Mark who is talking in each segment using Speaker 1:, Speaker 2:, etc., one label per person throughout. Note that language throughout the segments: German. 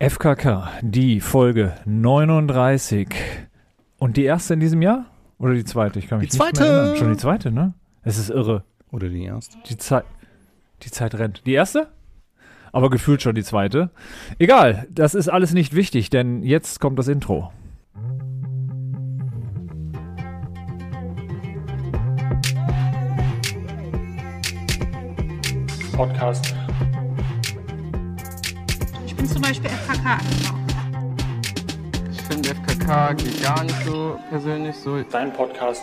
Speaker 1: FKK, die Folge 39. Und die erste in diesem Jahr? Oder die zweite? Ich kann mich
Speaker 2: Die
Speaker 1: nicht mehr
Speaker 2: zweite!
Speaker 1: erinnern. Schon die zweite, ne? Es ist irre.
Speaker 2: Oder die erste.
Speaker 1: Die Zeit, die Zeit rennt. Die erste? Aber gefühlt schon die zweite. Egal, das ist alles nicht wichtig, denn jetzt kommt das Intro.
Speaker 3: Podcast.
Speaker 4: Ich bin zum Beispiel FKK angekommen.
Speaker 5: Ich finde FKK geht gar nicht so persönlich so.
Speaker 3: Dein Podcast.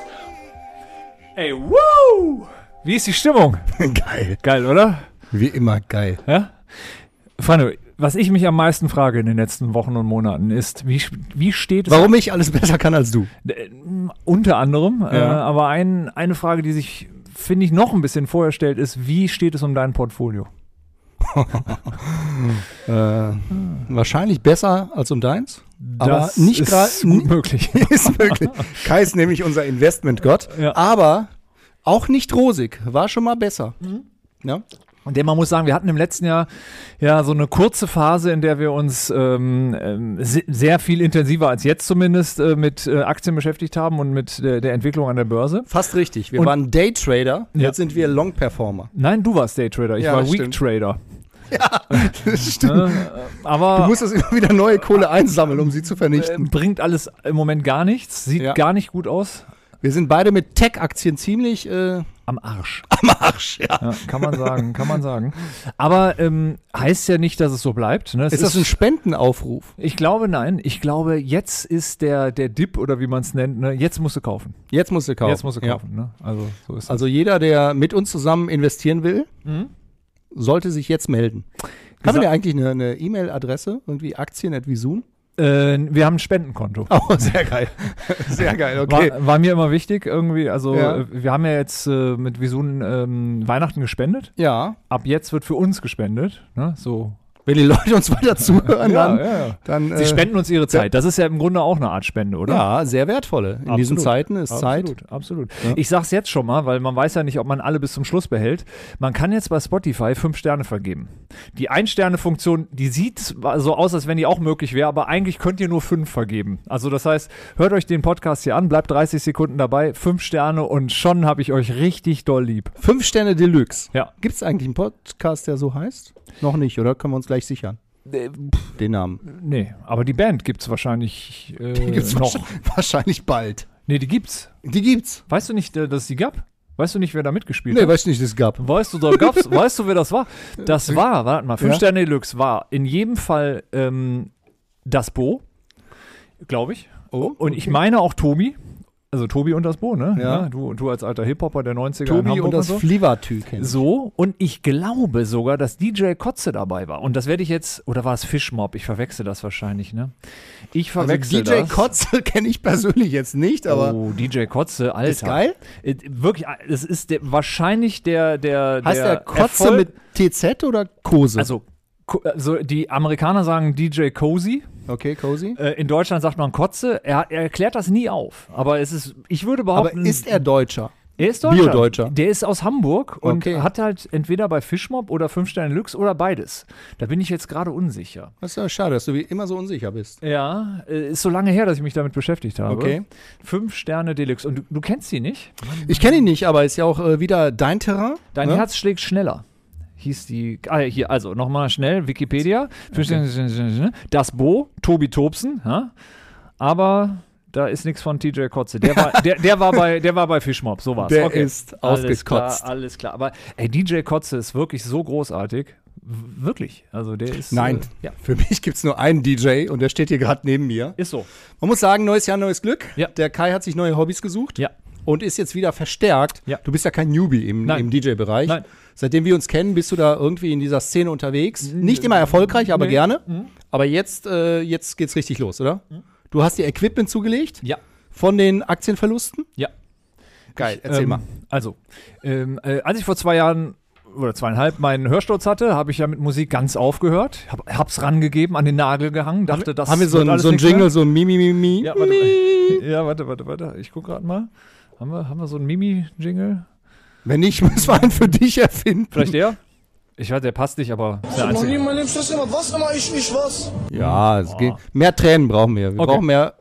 Speaker 1: Ey, wow! Wie ist die Stimmung?
Speaker 2: geil.
Speaker 1: Geil, oder?
Speaker 2: Wie immer geil.
Speaker 1: Ja? Freunde, was ich mich am meisten frage in den letzten Wochen und Monaten ist, wie, wie steht es
Speaker 2: Warum ich alles besser kann als du?
Speaker 1: Äh, Unter anderem, äh,
Speaker 2: Ja.
Speaker 1: aber ein, eine Frage, die sich, finde ich, noch ein bisschen vorher stellt, ist, wie steht es um dein Portfolio?
Speaker 2: Äh, wahrscheinlich besser als um deins.
Speaker 1: Das
Speaker 2: aber nicht
Speaker 1: ist
Speaker 2: gerade.
Speaker 1: gut möglich.
Speaker 2: Ist möglich. Kai ist nämlich unser Investmentgott.
Speaker 1: Ja.
Speaker 2: Aber auch nicht rosig. War schon mal besser. Ja?
Speaker 1: Und denn man muss sagen, wir hatten im letzten Jahr ja so eine kurze Phase, in der wir uns ähm, ähm, se- sehr viel intensiver als jetzt zumindest äh, mit äh, Aktien beschäftigt haben und mit der, der Entwicklung an der Börse.
Speaker 2: Fast richtig. Wir
Speaker 1: Und-
Speaker 2: waren Daytrader.
Speaker 1: Ja.
Speaker 2: Jetzt sind wir Long-Performer.
Speaker 1: Nein, du warst Daytrader, ich
Speaker 2: Ja,
Speaker 1: war Weak
Speaker 2: stimmt.
Speaker 1: Trader. Ne, äh,
Speaker 2: Stimmt.
Speaker 1: Aber
Speaker 2: Du musstest immer wieder neue Kohle einsammeln, um sie zu
Speaker 1: äh,
Speaker 2: vernichten.
Speaker 1: bringt alles im Moment gar nichts, sieht
Speaker 2: Ja.
Speaker 1: gar nicht gut aus.
Speaker 2: Wir sind beide mit Tech-Aktien ziemlich äh,
Speaker 1: Am Arsch.
Speaker 2: am Arsch. Ja.
Speaker 1: Ja, kann man sagen, kann man sagen. Aber ähm, heißt ja nicht, dass es so bleibt. Ne? Es
Speaker 2: Ist das ein Spendenaufruf?
Speaker 1: ich glaube, nein. Ich glaube, jetzt ist der, der Dip oder wie man es nennt, ne? jetzt musst du kaufen.
Speaker 2: Jetzt musst du kaufen.
Speaker 1: Jetzt musst du
Speaker 2: Ja.
Speaker 1: kaufen. Ne? Also, so ist
Speaker 2: Also jeder, der mit uns zusammen investieren will, sollte sich jetzt melden. Haben
Speaker 1: Gesa-
Speaker 2: wir eigentlich eine- eine E-Mail-Adresse? Irgendwie aktien.visun?
Speaker 1: das. Äh, wir haben ein Spendenkonto.
Speaker 2: Oh, sehr geil. Sehr geil,
Speaker 1: War, war mir immer wichtig irgendwie. Also,
Speaker 2: Ja.
Speaker 1: äh, wir haben ja jetzt äh, mit Visun ähm, Weihnachten gespendet.
Speaker 2: Ja,
Speaker 1: Ab jetzt wird für uns gespendet. Ne? So.
Speaker 2: wenn die Leute uns weiter zuhören, dann...
Speaker 1: ja.
Speaker 2: dann äh,
Speaker 1: Sie spenden uns ihre Zeit. Das ist ja im Grunde auch eine Art Spende, oder?
Speaker 2: Ja, sehr wertvolle. In diesen
Speaker 1: Absolut.
Speaker 2: Zeiten ist Zeit.
Speaker 1: absolut, Absolut, Ich sag's jetzt schon mal, weil man weiß ja nicht, ob man alle bis zum Schluss behält. Man kann jetzt bei Spotify fünf Sterne vergeben. Die Ein-Sterne-Funktion, die sieht zwar so aus, als wenn die auch möglich wäre, aber eigentlich könnt ihr nur fünf vergeben. Also das heißt, hört euch den Podcast hier an, bleibt 30 Sekunden dabei, fünf Sterne und schon habe ich euch richtig doll lieb.
Speaker 2: Fünf Sterne Deluxe.
Speaker 1: Ja.
Speaker 2: Gibt es eigentlich einen Podcast, der so heißt? Noch nicht, oder? Können wir uns gleich sichern. Den Namen.
Speaker 1: Nee, aber die Band gibt's wahrscheinlich äh,
Speaker 2: Gibt's
Speaker 1: noch.
Speaker 2: wahrscheinlich- wahrscheinlich bald.
Speaker 1: Nee, die gibt's.
Speaker 2: Die gibt's.
Speaker 1: Weißt du nicht, äh, dass es die gab? Weißt du nicht, wer da mitgespielt hat?
Speaker 2: Nee, weiß nicht, es gab.
Speaker 1: Weißt du, da gab's, weißt du, wer das war? Das war, warte mal, fünf
Speaker 2: Ja.
Speaker 1: Sterne Deluxe war in jedem Fall ähm, das Bo, glaube ich.
Speaker 2: Oh,
Speaker 1: Und ich meine auch Tobi. Also Tobi und das Bo, ne?
Speaker 2: Ja.
Speaker 1: du, du als alter Hip-Hopper der 90er. in
Speaker 2: Tobi
Speaker 1: Hamburg
Speaker 2: und das
Speaker 1: so.
Speaker 2: Flivertüken.
Speaker 1: So, und ich glaube sogar, dass DJ Kotze dabei war. Und das werde ich jetzt, oder war es Fischmob? Ich verwechsel das wahrscheinlich, ne? Ich verwechsel
Speaker 2: also DJ
Speaker 1: das.
Speaker 2: Kotze kenne ich persönlich jetzt nicht, aber
Speaker 1: Oh, DJ Kotze, Alter.
Speaker 2: Ist geil?
Speaker 1: Äh, Wirklich, es ist der, wahrscheinlich der, der,
Speaker 2: heißt der,
Speaker 1: der
Speaker 2: Kotze
Speaker 1: Erfolg-
Speaker 2: mit TZ oder Kose?
Speaker 1: Also, ko- also die Amerikaner sagen DJ Cozy.
Speaker 2: okay, Cozy.
Speaker 1: Äh, in Deutschland sagt man Kotze. Er, er erklärt das nie auf. Aber es ist, ich würde
Speaker 2: Aber
Speaker 1: behaupten,
Speaker 2: ist er Deutscher?
Speaker 1: er ist Deutscher.
Speaker 2: Bio-Deutscher?
Speaker 1: Der ist aus Hamburg und
Speaker 2: Okay.
Speaker 1: hat halt entweder bei Fischmob oder Fünf Sterne Lux oder beides. Da bin ich jetzt gerade unsicher.
Speaker 2: Das ist ja schade, dass du wie immer so unsicher bist.
Speaker 1: Ja, äh, ist so lange her, dass ich mich damit beschäftigt habe.
Speaker 2: Okay.
Speaker 1: Fünf Sterne Deluxe. Und du, du kennst sie nicht?
Speaker 2: Ich kenne ihn nicht, aber ist ja auch äh, wieder dein Terrain.
Speaker 1: Dein
Speaker 2: ne?
Speaker 1: Herz schlägt schneller. Hieß die, ah, hier, also nochmal schnell, Wikipedia. Das Bo, Tobi Tobsen, ha? aber da ist nichts von TJ Kotze. Der war, der, der war bei, der war bei Fischmob, so war's.
Speaker 2: Der ist
Speaker 1: Alles
Speaker 2: ausgekotzt.
Speaker 1: klar, alles klar. Aber ey, DJ Kotze ist wirklich so großartig. W- Wirklich. Also der ist.
Speaker 2: Nein,
Speaker 1: Äh, ja.
Speaker 2: für mich gibt es nur einen DJ und der steht hier gerade neben mir.
Speaker 1: Ist so.
Speaker 2: Man muss sagen, neues Jahr, neues Glück.
Speaker 1: Ja.
Speaker 2: Der Kai hat sich neue Hobbys gesucht
Speaker 1: Ja.
Speaker 2: und ist jetzt wieder verstärkt.
Speaker 1: Ja.
Speaker 2: Du bist ja kein Newbie im,
Speaker 1: Nein.
Speaker 2: im DJ-Bereich.
Speaker 1: Nein.
Speaker 2: Seitdem wir uns kennen, bist du da irgendwie in dieser Szene unterwegs.
Speaker 1: Mhm.
Speaker 2: Nicht immer erfolgreich, aber gerne. Aber jetzt, äh, jetzt geht's richtig los, oder? Du hast dir Equipment zugelegt
Speaker 1: Mhm. Ja.
Speaker 2: von den Aktienverlusten.
Speaker 1: Ja.
Speaker 2: Geil, erzähl
Speaker 1: ähm,
Speaker 2: mal.
Speaker 1: Also, ähm, äh, als ich vor zwei Jahren oder zweieinhalb meinen Hörsturz hatte, habe ich ja mit Musik ganz aufgehört, hab, hab's rangegeben, an den Nagel gehangen, dachte, das
Speaker 2: Haben wir so
Speaker 1: wird
Speaker 2: einen
Speaker 1: alles
Speaker 2: so ein
Speaker 1: nix mehr.
Speaker 2: Jingle, so ein Mimi, Mimi?
Speaker 1: Ja, warte, ja, warte, warte, warte. Ich guck gerade mal. Haben wir, haben wir so einen Mimi-Jingle?
Speaker 2: Wenn nicht, müssen wir einen für dich erfinden.
Speaker 1: Vielleicht der? Ich weiß, der passt nicht, aber ist der
Speaker 3: Noch nie
Speaker 1: einzige.
Speaker 3: in meinem Leben stress jemand. Was immer ich, ich was?
Speaker 2: Ja, es geht. Mehr Tränen brauchen wir. Wir
Speaker 1: Oh. Okay.
Speaker 2: brauchen mehr.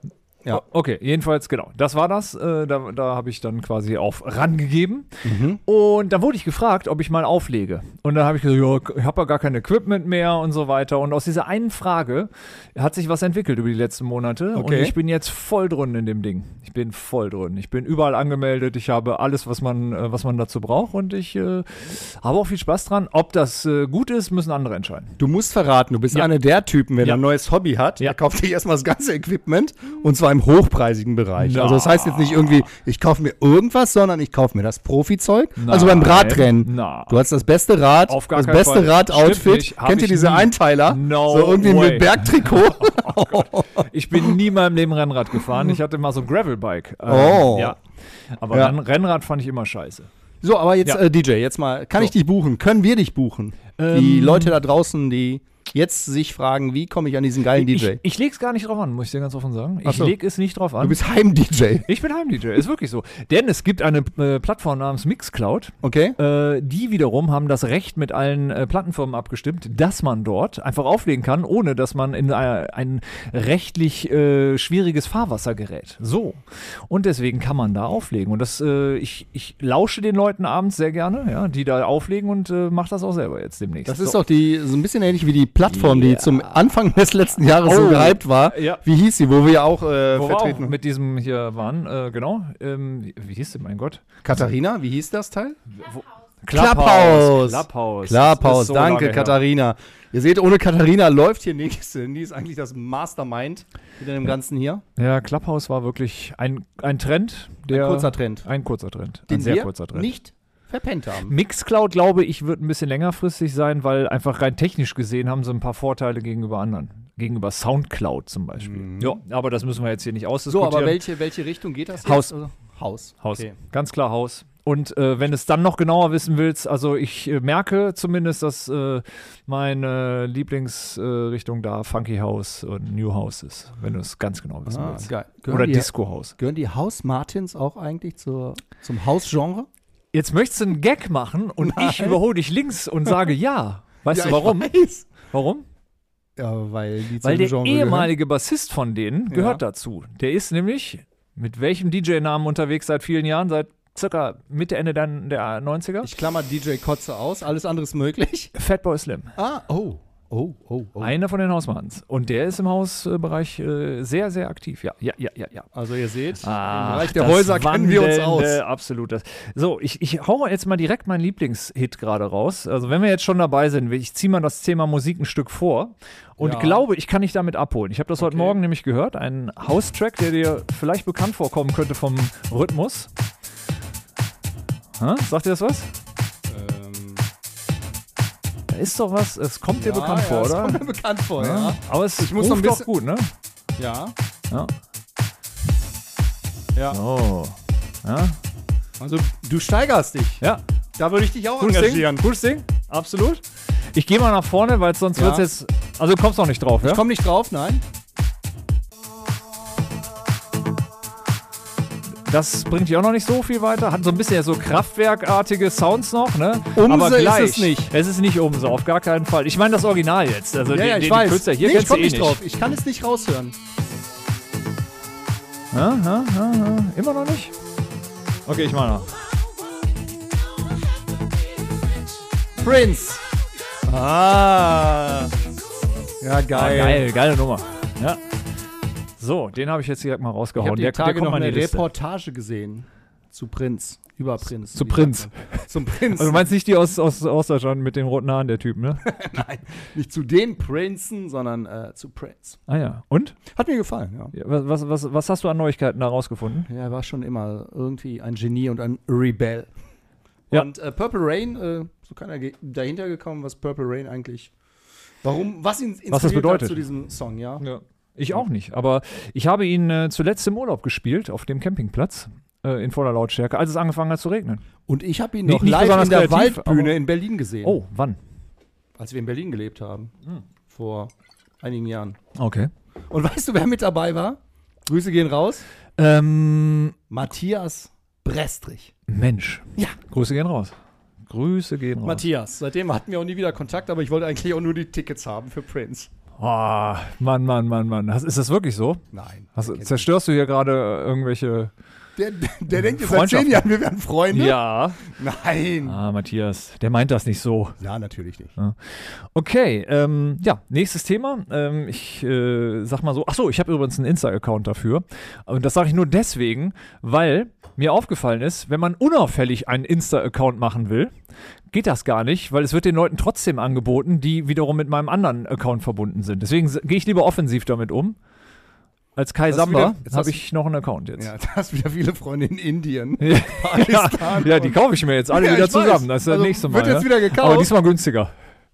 Speaker 2: Ja.
Speaker 1: Okay, jedenfalls, genau. Das war das. Äh, da da habe ich dann quasi auf rangegeben.
Speaker 2: Mhm.
Speaker 1: Und dann wurde ich gefragt, ob ich mal auflege. Und dann habe ich gesagt, ja, ich habe ja gar kein Equipment mehr und so weiter. Und aus dieser einen Frage hat sich was entwickelt über die letzten Monate. Und
Speaker 2: Okay.
Speaker 1: ich bin jetzt voll drin in dem Ding. Ich bin voll drin. Ich bin überall angemeldet. Ich habe alles, was man, äh, was man dazu braucht. Und ich äh, habe auch viel Spaß dran. Ob das äh, gut ist, müssen andere entscheiden.
Speaker 2: Du musst verraten, du bist
Speaker 1: Ja.
Speaker 2: einer der Typen, wenn
Speaker 1: Ja.
Speaker 2: er ein neues Hobby hat,
Speaker 1: Ja.
Speaker 2: er kauft sich erstmal das ganze Equipment und zwar im hochpreisigen Bereich.
Speaker 1: Na.
Speaker 2: Also das heißt jetzt nicht irgendwie, ich kaufe mir irgendwas, sondern ich kaufe mir das Profizeug. Also beim Radrennen.
Speaker 1: Na.
Speaker 2: Du hast das beste Rad,
Speaker 1: Auf gar
Speaker 2: das
Speaker 1: keinen Fall.
Speaker 2: beste
Speaker 1: Stimmt
Speaker 2: Radoutfit.
Speaker 1: nicht, hab
Speaker 2: Kennt ihr
Speaker 1: ich
Speaker 2: diese
Speaker 1: nie.
Speaker 2: Einteiler?
Speaker 1: No
Speaker 2: so irgendwie
Speaker 1: way.
Speaker 2: mit Bergtrikot.
Speaker 1: Ich bin nie in meinem Leben Rennrad gefahren. Ich hatte mal so ein Gravelbike. Ähm,
Speaker 2: Oh.
Speaker 1: Ja. Aber
Speaker 2: Ja.
Speaker 1: Renn- Rennrad fand ich immer scheiße.
Speaker 2: so, aber jetzt
Speaker 1: Ja.
Speaker 2: äh, DJ, jetzt mal, kann ich dich buchen? Können wir dich buchen?
Speaker 1: Ähm.
Speaker 2: die Leute da draußen, die jetzt sich fragen, wie komme ich an diesen geilen DJ?
Speaker 1: Ich, ich leg's gar nicht drauf an, muss ich dir ganz offen sagen.
Speaker 2: Ach
Speaker 1: Ich
Speaker 2: so.
Speaker 1: leg es nicht drauf
Speaker 2: du
Speaker 1: an.
Speaker 2: bist Heim-DJ,
Speaker 1: Ich bin Heim-DJ, ist wirklich so. Denn es gibt eine äh, Plattform namens Mixcloud.
Speaker 2: okay?
Speaker 1: Äh, die wiederum haben das Recht mit allen äh, Plattenfirmen abgestimmt, dass man dort einfach auflegen kann, ohne dass man in äh, ein rechtlich äh, schwieriges Fahrwasser gerät. So. Und deswegen kann man da auflegen. Und das, äh, ich, ich lausche den Leuten abends sehr gerne, ja, die da auflegen und äh, mache das auch selber jetzt demnächst.
Speaker 2: Das ist
Speaker 1: so.
Speaker 2: doch die, so ein bisschen ähnlich wie die Plattform, die zum Anfang des letzten Jahres so
Speaker 1: Oh.
Speaker 2: gehypt war.
Speaker 1: Ja.
Speaker 2: Wie hieß sie, wo wir auch äh,
Speaker 1: Wo wir auch
Speaker 2: vertreten
Speaker 1: mit diesem hier waren, äh, genau. Ähm, wie- wie hieß denn, mein Gott?
Speaker 2: Katharina, wie hieß das Teil?
Speaker 1: Clubhouse.
Speaker 2: Clubhouse.
Speaker 1: Clubhouse. Das ist
Speaker 2: Clubhouse,
Speaker 1: so lange
Speaker 2: danke
Speaker 1: her.
Speaker 2: Katharina. Ihr seht, ohne Katharina läuft hier nichts hin. Die ist eigentlich das Mastermind hinter dem Ganzen hier.
Speaker 1: Ja, Clubhouse war wirklich ein, ein Trend. Der,
Speaker 2: Ein kurzer Trend,
Speaker 1: Ein kurzer Trend.
Speaker 2: den
Speaker 1: ein sehr
Speaker 2: wir
Speaker 1: kurzer Trend.
Speaker 2: nicht verpennt haben.
Speaker 1: Mixcloud, glaube ich, wird ein bisschen längerfristig sein, weil einfach rein technisch gesehen haben sie ein paar Vorteile gegenüber anderen. Gegenüber Soundcloud zum Beispiel. Ja, aber das müssen wir jetzt hier nicht
Speaker 2: Mhm. So,
Speaker 1: ausdiskutieren.
Speaker 2: aber welche, welche Richtung geht das jetzt?
Speaker 1: Haus.
Speaker 2: Also, Haus.
Speaker 1: Haus.
Speaker 2: Okay.
Speaker 1: Ganz klar Haus. Und äh, wenn du es dann noch genauer wissen willst, also ich äh, merke zumindest, dass äh, meine Lieblingsrichtung äh, Richtung da Funky House und New House ist, wenn du es ganz genau wissen
Speaker 2: Ah,
Speaker 1: willst.
Speaker 2: geil. Gehören,
Speaker 1: Oder
Speaker 2: die,
Speaker 1: Disco House.
Speaker 2: gehören die Haus Martins auch eigentlich zur, zum Hausgenre?
Speaker 1: Jetzt möchtest du einen Gag machen und ich überhole dich links und sage ja. Weißt
Speaker 2: Ja,
Speaker 1: du
Speaker 2: ich
Speaker 1: warum?
Speaker 2: weiß.
Speaker 1: Warum?
Speaker 2: Ja, weil die
Speaker 1: Weil
Speaker 2: zum
Speaker 1: der
Speaker 2: Genre gehören.
Speaker 1: ehemalige Bassist von denen gehört dazu. Der ist nämlich mit welchem DJ-Namen unterwegs seit vielen Jahren, seit circa Mitte, Ende der, der 90er?
Speaker 2: Ich klammer DJ Kotze aus, alles andere ist möglich.
Speaker 1: Fatboy Slim.
Speaker 2: Ah, oh, oh, oh, oh.
Speaker 1: Einer von den Hausmanns. Und der ist im Hausbereich äh, sehr, sehr aktiv. Ja, ja, ja, ja, ja.
Speaker 2: Also ihr seht,
Speaker 1: Ach,
Speaker 2: im Bereich der
Speaker 1: Ah, das
Speaker 2: Häuser kennen wir uns aus.
Speaker 1: wandelnde, Absolut. Das. So, ich, ich hau jetzt mal direkt meinen Lieblingshit gerade raus. Also, wenn wir jetzt schon dabei sind, ich ziehe mal das Thema Musik ein Stück vor und
Speaker 2: Ja.
Speaker 1: glaube, ich kann dich damit abholen. Ich habe das heute Morgen nämlich gehört. Ein House-Track, der dir vielleicht bekannt vorkommen könnte vom Rhythmus. Hä? Sagt dir das was?
Speaker 2: Ähm,
Speaker 1: Da ist doch was. Es kommt dir bekannt vor,
Speaker 2: das
Speaker 1: oder?
Speaker 2: Kommt mir bekannt vor,
Speaker 1: Ja.
Speaker 2: ja.
Speaker 1: Aber es
Speaker 2: Ich muss noch ein
Speaker 1: ruft doch
Speaker 2: bisschen-
Speaker 1: gut, ne?
Speaker 2: Ja.
Speaker 1: Ja.
Speaker 2: Ja.
Speaker 1: Oh. Ja.
Speaker 2: Also du steigerst dich.
Speaker 1: Ja.
Speaker 2: Da würde ich dich auch
Speaker 1: Gutes Ding.
Speaker 2: engagieren.
Speaker 1: Gutes Ding. Absolut. Ich gehe mal nach vorne, weil sonst
Speaker 2: Ja.
Speaker 1: wird's jetzt. Also du kommst noch nicht drauf, ja?
Speaker 2: Komm nicht drauf, nein.
Speaker 1: Das bringt dich auch noch nicht so viel weiter. Hat so ein bisschen so kraftwerkartige Sounds noch, ne?
Speaker 2: Umse
Speaker 1: Aber
Speaker 2: ist
Speaker 1: gleich.
Speaker 2: es nicht.
Speaker 1: Es ist nicht umso, auf gar keinen Fall. Ich meine das Original jetzt. Also den, den Künstler hier
Speaker 2: nee, ich
Speaker 1: kennst du
Speaker 2: komm
Speaker 1: eh
Speaker 2: nicht
Speaker 1: nicht.
Speaker 2: drauf. Ich kann es nicht raushören.
Speaker 1: Ha, ha, ha, ha. Immer noch nicht? Okay, ich mach noch.
Speaker 2: Prince. Ah.
Speaker 1: Ah,
Speaker 2: Ja, geil.
Speaker 1: geil, geile Nummer. Ja. So, den habe ich jetzt direkt mal
Speaker 2: Ich
Speaker 1: rausgehauen.
Speaker 2: habe die Tage
Speaker 1: kommt
Speaker 2: noch
Speaker 1: mal in
Speaker 2: eine
Speaker 1: die Liste.
Speaker 2: Reportage gesehen zu Prinz. Über Prinz.
Speaker 1: Zu
Speaker 2: wie
Speaker 1: Prinz.
Speaker 2: sagt man? Zum Prinz.
Speaker 1: Also du meinst nicht die aus, aus Ostdeutschland mit den roten Haaren, der Typ, ne?
Speaker 2: Nicht zu den Prinzen, sondern äh, zu Prinz.
Speaker 1: Ah ja. Und?
Speaker 2: Hat mir gefallen, ja.
Speaker 1: Ja, was, was, was, was hast du an Neuigkeiten da rausgefunden?
Speaker 2: Ja, er war schon immer irgendwie ein Genie und ein Rebell.
Speaker 1: Ja.
Speaker 2: Und äh, Purple Rain, äh, so keiner ge- dahinter gekommen, was Purple Rain eigentlich, warum, was ihn inspiriert
Speaker 1: das bedeutet.
Speaker 2: hat zu diesem Song, ja.
Speaker 1: Ich auch nicht, aber ich habe ihn äh, zuletzt im Urlaub gespielt, auf dem Campingplatz, äh, in voller Lautstärke, als es angefangen hat zu regnen.
Speaker 2: Und ich habe ihn
Speaker 1: Nicht-
Speaker 2: noch
Speaker 1: nicht
Speaker 2: live
Speaker 1: besonders
Speaker 2: in der
Speaker 1: kreativ, aber-
Speaker 2: Waldbühne in Berlin gesehen,
Speaker 1: Oh, Hm. wann?
Speaker 2: als wir in Berlin gelebt haben, vor einigen Jahren.
Speaker 1: Okay.
Speaker 2: Und weißt du, wer mit dabei war? Grüße gehen raus.
Speaker 1: Ähm,
Speaker 2: Matthias Brestrich.
Speaker 1: Mensch.
Speaker 2: Ja.
Speaker 1: Grüße gehen raus. Grüße gehen raus.
Speaker 2: Matthias, seitdem hatten wir auch nie wieder Kontakt, aber ich wollte eigentlich auch nur die Tickets haben für Prince.
Speaker 1: Oh, Mann, Mann, Mann, Mann. Hast- Ist das wirklich so?
Speaker 2: Nein.
Speaker 1: Hast, zerstörst du hier gerade äh, irgendwelche.
Speaker 2: Der, der, der denkt jetzt seit
Speaker 1: Freundschaft.
Speaker 2: zehn Jahren, wir wären Freunde.
Speaker 1: Ja.
Speaker 2: Nein.
Speaker 1: Ah, Matthias, der meint das nicht so.
Speaker 2: Ja, natürlich nicht.
Speaker 1: Okay, ähm, ja, nächstes Thema. Ähm, ich äh, sag mal so, ach so, ich habe übrigens einen Insta-Account dafür. Und das sage ich nur deswegen, weil mir aufgefallen ist, wenn man unauffällig einen Insta-Account machen will, geht das gar nicht, weil es wird den Leuten trotzdem angeboten, die wiederum mit meinem anderen Account verbunden sind. Deswegen s- gehe ich lieber offensiv damit um. Als Kai
Speaker 2: Hast du
Speaker 1: Samba
Speaker 2: wieder- jetzt hast
Speaker 1: habe
Speaker 2: du-
Speaker 1: ich noch einen Account jetzt.
Speaker 2: Ja, da hast du wieder viele Freunde in Indien.
Speaker 1: Ja,
Speaker 2: Pakistan
Speaker 1: ja,
Speaker 2: und-
Speaker 1: die kaufe ich mir jetzt alle
Speaker 2: Ja,
Speaker 1: wieder
Speaker 2: ich weiß.
Speaker 1: zusammen. Das ist das
Speaker 2: Also
Speaker 1: nächste Mal.
Speaker 2: wird jetzt
Speaker 1: ne?
Speaker 2: wieder gekauft.
Speaker 1: Aber diesmal günstiger.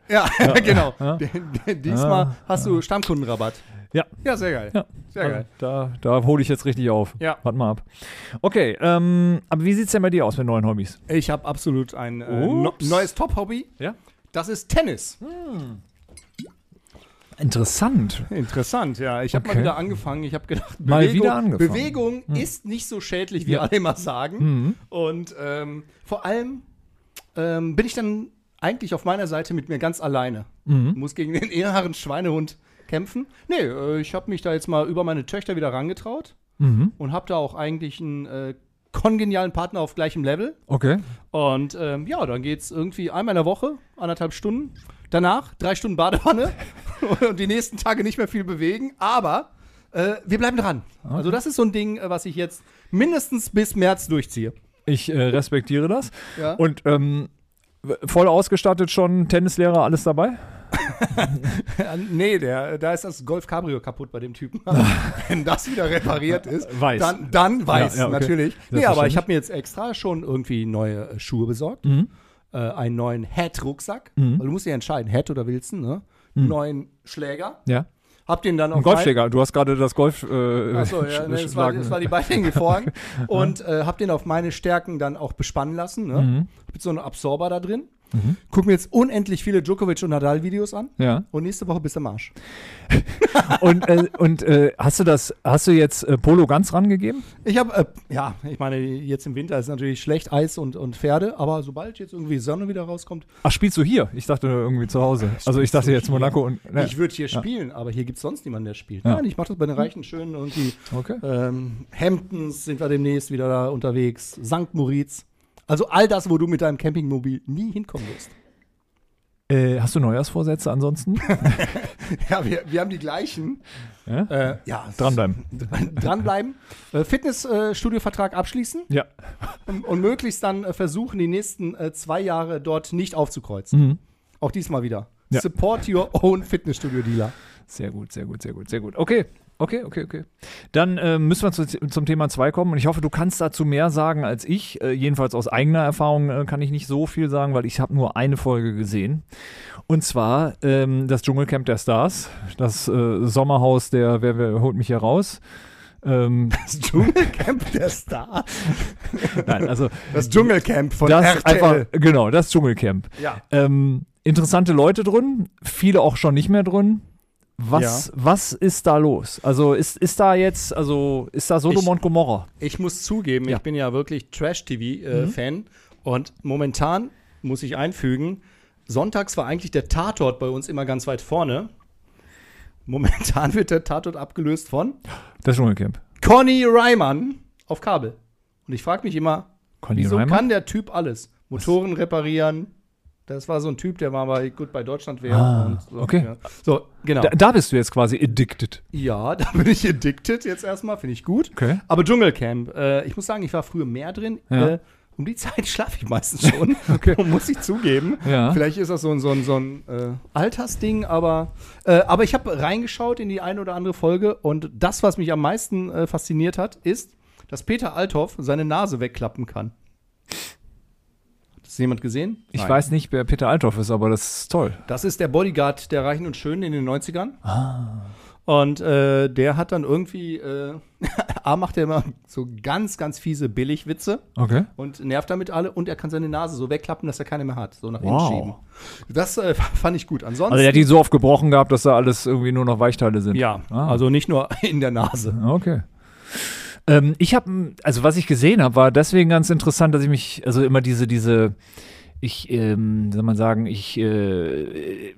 Speaker 2: Ja, genau.
Speaker 1: Ja. Ah.
Speaker 2: D- d- Diesmal hast du Stammkundenrabatt.
Speaker 1: Ja.
Speaker 2: Ja, sehr geil.
Speaker 1: Ja. Ah.
Speaker 2: Sehr geil.
Speaker 1: Da, da hole ich jetzt richtig auf.
Speaker 2: Ja.
Speaker 1: Warte mal ab. Okay, ähm, aber wie sieht es denn bei dir aus mit neuen Hobbys?
Speaker 2: Ich habe absolut ein äh, no
Speaker 1: Ups.
Speaker 2: neues Top-Hobby.
Speaker 1: Ja.
Speaker 2: Das ist Tennis.
Speaker 1: Interessant.
Speaker 2: Interessant, ja. Ich habe
Speaker 1: Okay.
Speaker 2: mal wieder angefangen. Ich habe gedacht, Bewegung,
Speaker 1: Mal wieder angefangen. Hm.
Speaker 2: Bewegung ist nicht so schädlich, wie
Speaker 1: Ja. Hm.
Speaker 2: alle immer sagen. Und ähm, vor allem ähm, bin ich dann eigentlich auf meiner Seite mit mir ganz alleine.
Speaker 1: Mhm.
Speaker 2: Muss gegen den inneren Schweinehund kämpfen. Nee, äh, ich habe mich da jetzt mal über meine Töchter wieder rangetraut
Speaker 1: Mhm.
Speaker 2: und habe da auch eigentlich einen äh, kongenialen Partner auf gleichem Level.
Speaker 1: Okay.
Speaker 2: Und ähm, ja, dann geht's irgendwie einmal in der Woche, anderthalb Stunden. Danach drei Stunden Badewanne und die nächsten Tage nicht mehr viel bewegen. Aber äh, wir bleiben dran. Also das ist so ein Ding, äh, was ich jetzt mindestens bis März durchziehe.
Speaker 1: Ich äh, respektiere das.
Speaker 2: Ja.
Speaker 1: Und ähm, w- voll ausgestattet schon, Tennislehrer, alles dabei?
Speaker 2: Äh, nee, der, da ist das Golf Cabrio kaputt bei dem Typen. Wenn das wieder repariert ist,
Speaker 1: Weiß.
Speaker 2: dann, dann weiß,
Speaker 1: Ja, ja, okay.
Speaker 2: natürlich. Nee, aber
Speaker 1: Selbstverständlich.
Speaker 2: ich habe mir jetzt extra schon irgendwie neue äh, Schuhe besorgt. Äh, einen neuen Hat-Rucksack. Weil du musst ja entscheiden, Hat oder Wilson, ne? Neuen Schläger.
Speaker 1: Ja.
Speaker 2: Hab den dann auch
Speaker 1: Ein Golfschläger, du hast gerade das Golf. Äh,
Speaker 2: Achso, ja, nee, es, war,
Speaker 1: Schlagen-
Speaker 2: es war die Beihänge vorhang. Und äh, habe den auf meine Stärken dann auch bespannen lassen. Ne?
Speaker 1: Mhm.
Speaker 2: Hab jetzt so einen Absorber da drin. Guck mir jetzt unendlich viele Djokovic und Nadal-Videos an.
Speaker 1: Ja.
Speaker 2: Und nächste Woche bist du am Arsch.
Speaker 1: Und, äh, und äh, hast du das, hast du jetzt äh, Polo ganz rangegeben?
Speaker 2: Ich habe, äh, ja, ich meine, jetzt im Winter ist natürlich schlecht Eis und, und Pferde, aber sobald jetzt irgendwie Sonne wieder rauskommt,
Speaker 1: Ach, spielst du hier? Ich dachte irgendwie zu Hause. Also ich dachte jetzt Monaco und. ne.
Speaker 2: ich würde hier spielen, aber hier gibt es sonst niemanden, der spielt.
Speaker 1: Ja.
Speaker 2: Nein, ich mache das bei den Reichen schön irgendwie.
Speaker 1: Okay.
Speaker 2: Ähm, Hamptons sind wir demnächst wieder da unterwegs, St. Moritz. Also all das, wo du mit deinem Campingmobil nie hinkommen wirst.
Speaker 1: Äh, hast du Neujahrsvorsätze ansonsten?
Speaker 2: Ja, wir, wir haben die gleichen.
Speaker 1: Ja?
Speaker 2: Äh, ja, es-
Speaker 1: Dranbleiben.
Speaker 2: Dranbleiben. äh, Fitnessstudio-Vertrag abschließen
Speaker 1: Ja.
Speaker 2: und, und möglichst dann äh, versuchen, die nächsten äh, zwei Jahre dort nicht aufzukreuzen. Auch diesmal wieder.
Speaker 1: Mhm. Ja.
Speaker 2: Support your own Fitnessstudio-Dealer.
Speaker 1: Sehr gut, sehr gut, sehr gut, sehr gut. Okay, okay, okay, okay. Dann äh, müssen wir zu, zum Thema 2 kommen und ich hoffe, du kannst dazu mehr sagen als ich. Äh, jedenfalls aus eigener Erfahrung äh, kann ich nicht so viel sagen, weil ich habe nur eine Folge gesehen. Und zwar ähm, das Dschungelcamp der Stars, das äh, Sommerhaus der, wer, wer holt mich hier raus? Ähm,
Speaker 2: Das Dschungelcamp der Star.
Speaker 1: nein, also
Speaker 2: Das Dschungelcamp von
Speaker 1: das
Speaker 2: RTL.
Speaker 1: einfach, genau, das Dschungelcamp.
Speaker 2: ja.
Speaker 1: Ähm, interessante Leute drin, viele auch schon nicht mehr drin. Was, was ist da los? Also ist, ist da jetzt, also ist da Sodom
Speaker 2: Ich-
Speaker 1: und Gomorra?
Speaker 2: Ich muss zugeben,
Speaker 1: Ja. Mhm.
Speaker 2: ich bin ja wirklich Trash-TV-Fan. Und momentan muss ich einfügen, sonntags war eigentlich der Tatort bei uns immer ganz weit vorne. Momentan wird der Tatort abgelöst von
Speaker 1: Das Dschungelcamp.
Speaker 2: Conny Reimann auf Kabel. Und ich frage mich immer,
Speaker 1: Conny
Speaker 2: wieso
Speaker 1: Reimer?
Speaker 2: kann der Typ alles? Motoren reparieren. Das war so ein Typ, der war bei gut bei Deutschland wäre.
Speaker 1: Ah,
Speaker 2: und so,
Speaker 1: okay.
Speaker 2: Ja. So, genau.
Speaker 1: Da, da bist du jetzt quasi addicted.
Speaker 2: Ja, da bin ich addicted jetzt erstmal, finde ich gut.
Speaker 1: Okay.
Speaker 2: Aber Dschungelcamp, äh, ich muss sagen, ich war früher mehr drin.
Speaker 1: Ja.
Speaker 2: Äh, um die Zeit schlafe ich meistens schon, muss ich zugeben.
Speaker 1: Ja.
Speaker 2: Vielleicht ist das so ein, so ein, so ein äh, Altersding, aber, äh, aber ich habe reingeschaut in die eine oder andere Folge und das, was mich am meisten äh, fasziniert hat, ist, dass Peter Althoff seine Nase wegklappen kann. Hat das jemand gesehen?
Speaker 1: Ich
Speaker 2: Nein.
Speaker 1: weiß nicht, wer Peter Althoff ist, aber das ist toll.
Speaker 2: Das ist der Bodyguard der Reichen und Schönen in den 90ern.
Speaker 1: Ah.
Speaker 2: Und äh, der hat dann irgendwie, äh, A macht er immer so ganz, ganz fiese Billigwitze
Speaker 1: Okay.
Speaker 2: und nervt damit alle und er kann seine Nase so wegklappen, dass er keine mehr hat, so nach
Speaker 1: Wow.
Speaker 2: hinten schieben. Das äh, fand ich gut. Ansonsten,
Speaker 1: Also er hat die so oft gebrochen gehabt, dass da alles irgendwie nur noch Weichteile sind.
Speaker 2: ja,
Speaker 1: Ah.
Speaker 2: also nicht nur in der Nase.
Speaker 1: Okay. Ähm, ich habe, also was ich gesehen habe, war deswegen ganz interessant, dass ich mich, also immer diese, diese, ich, ähm, wie soll man sagen, ich äh,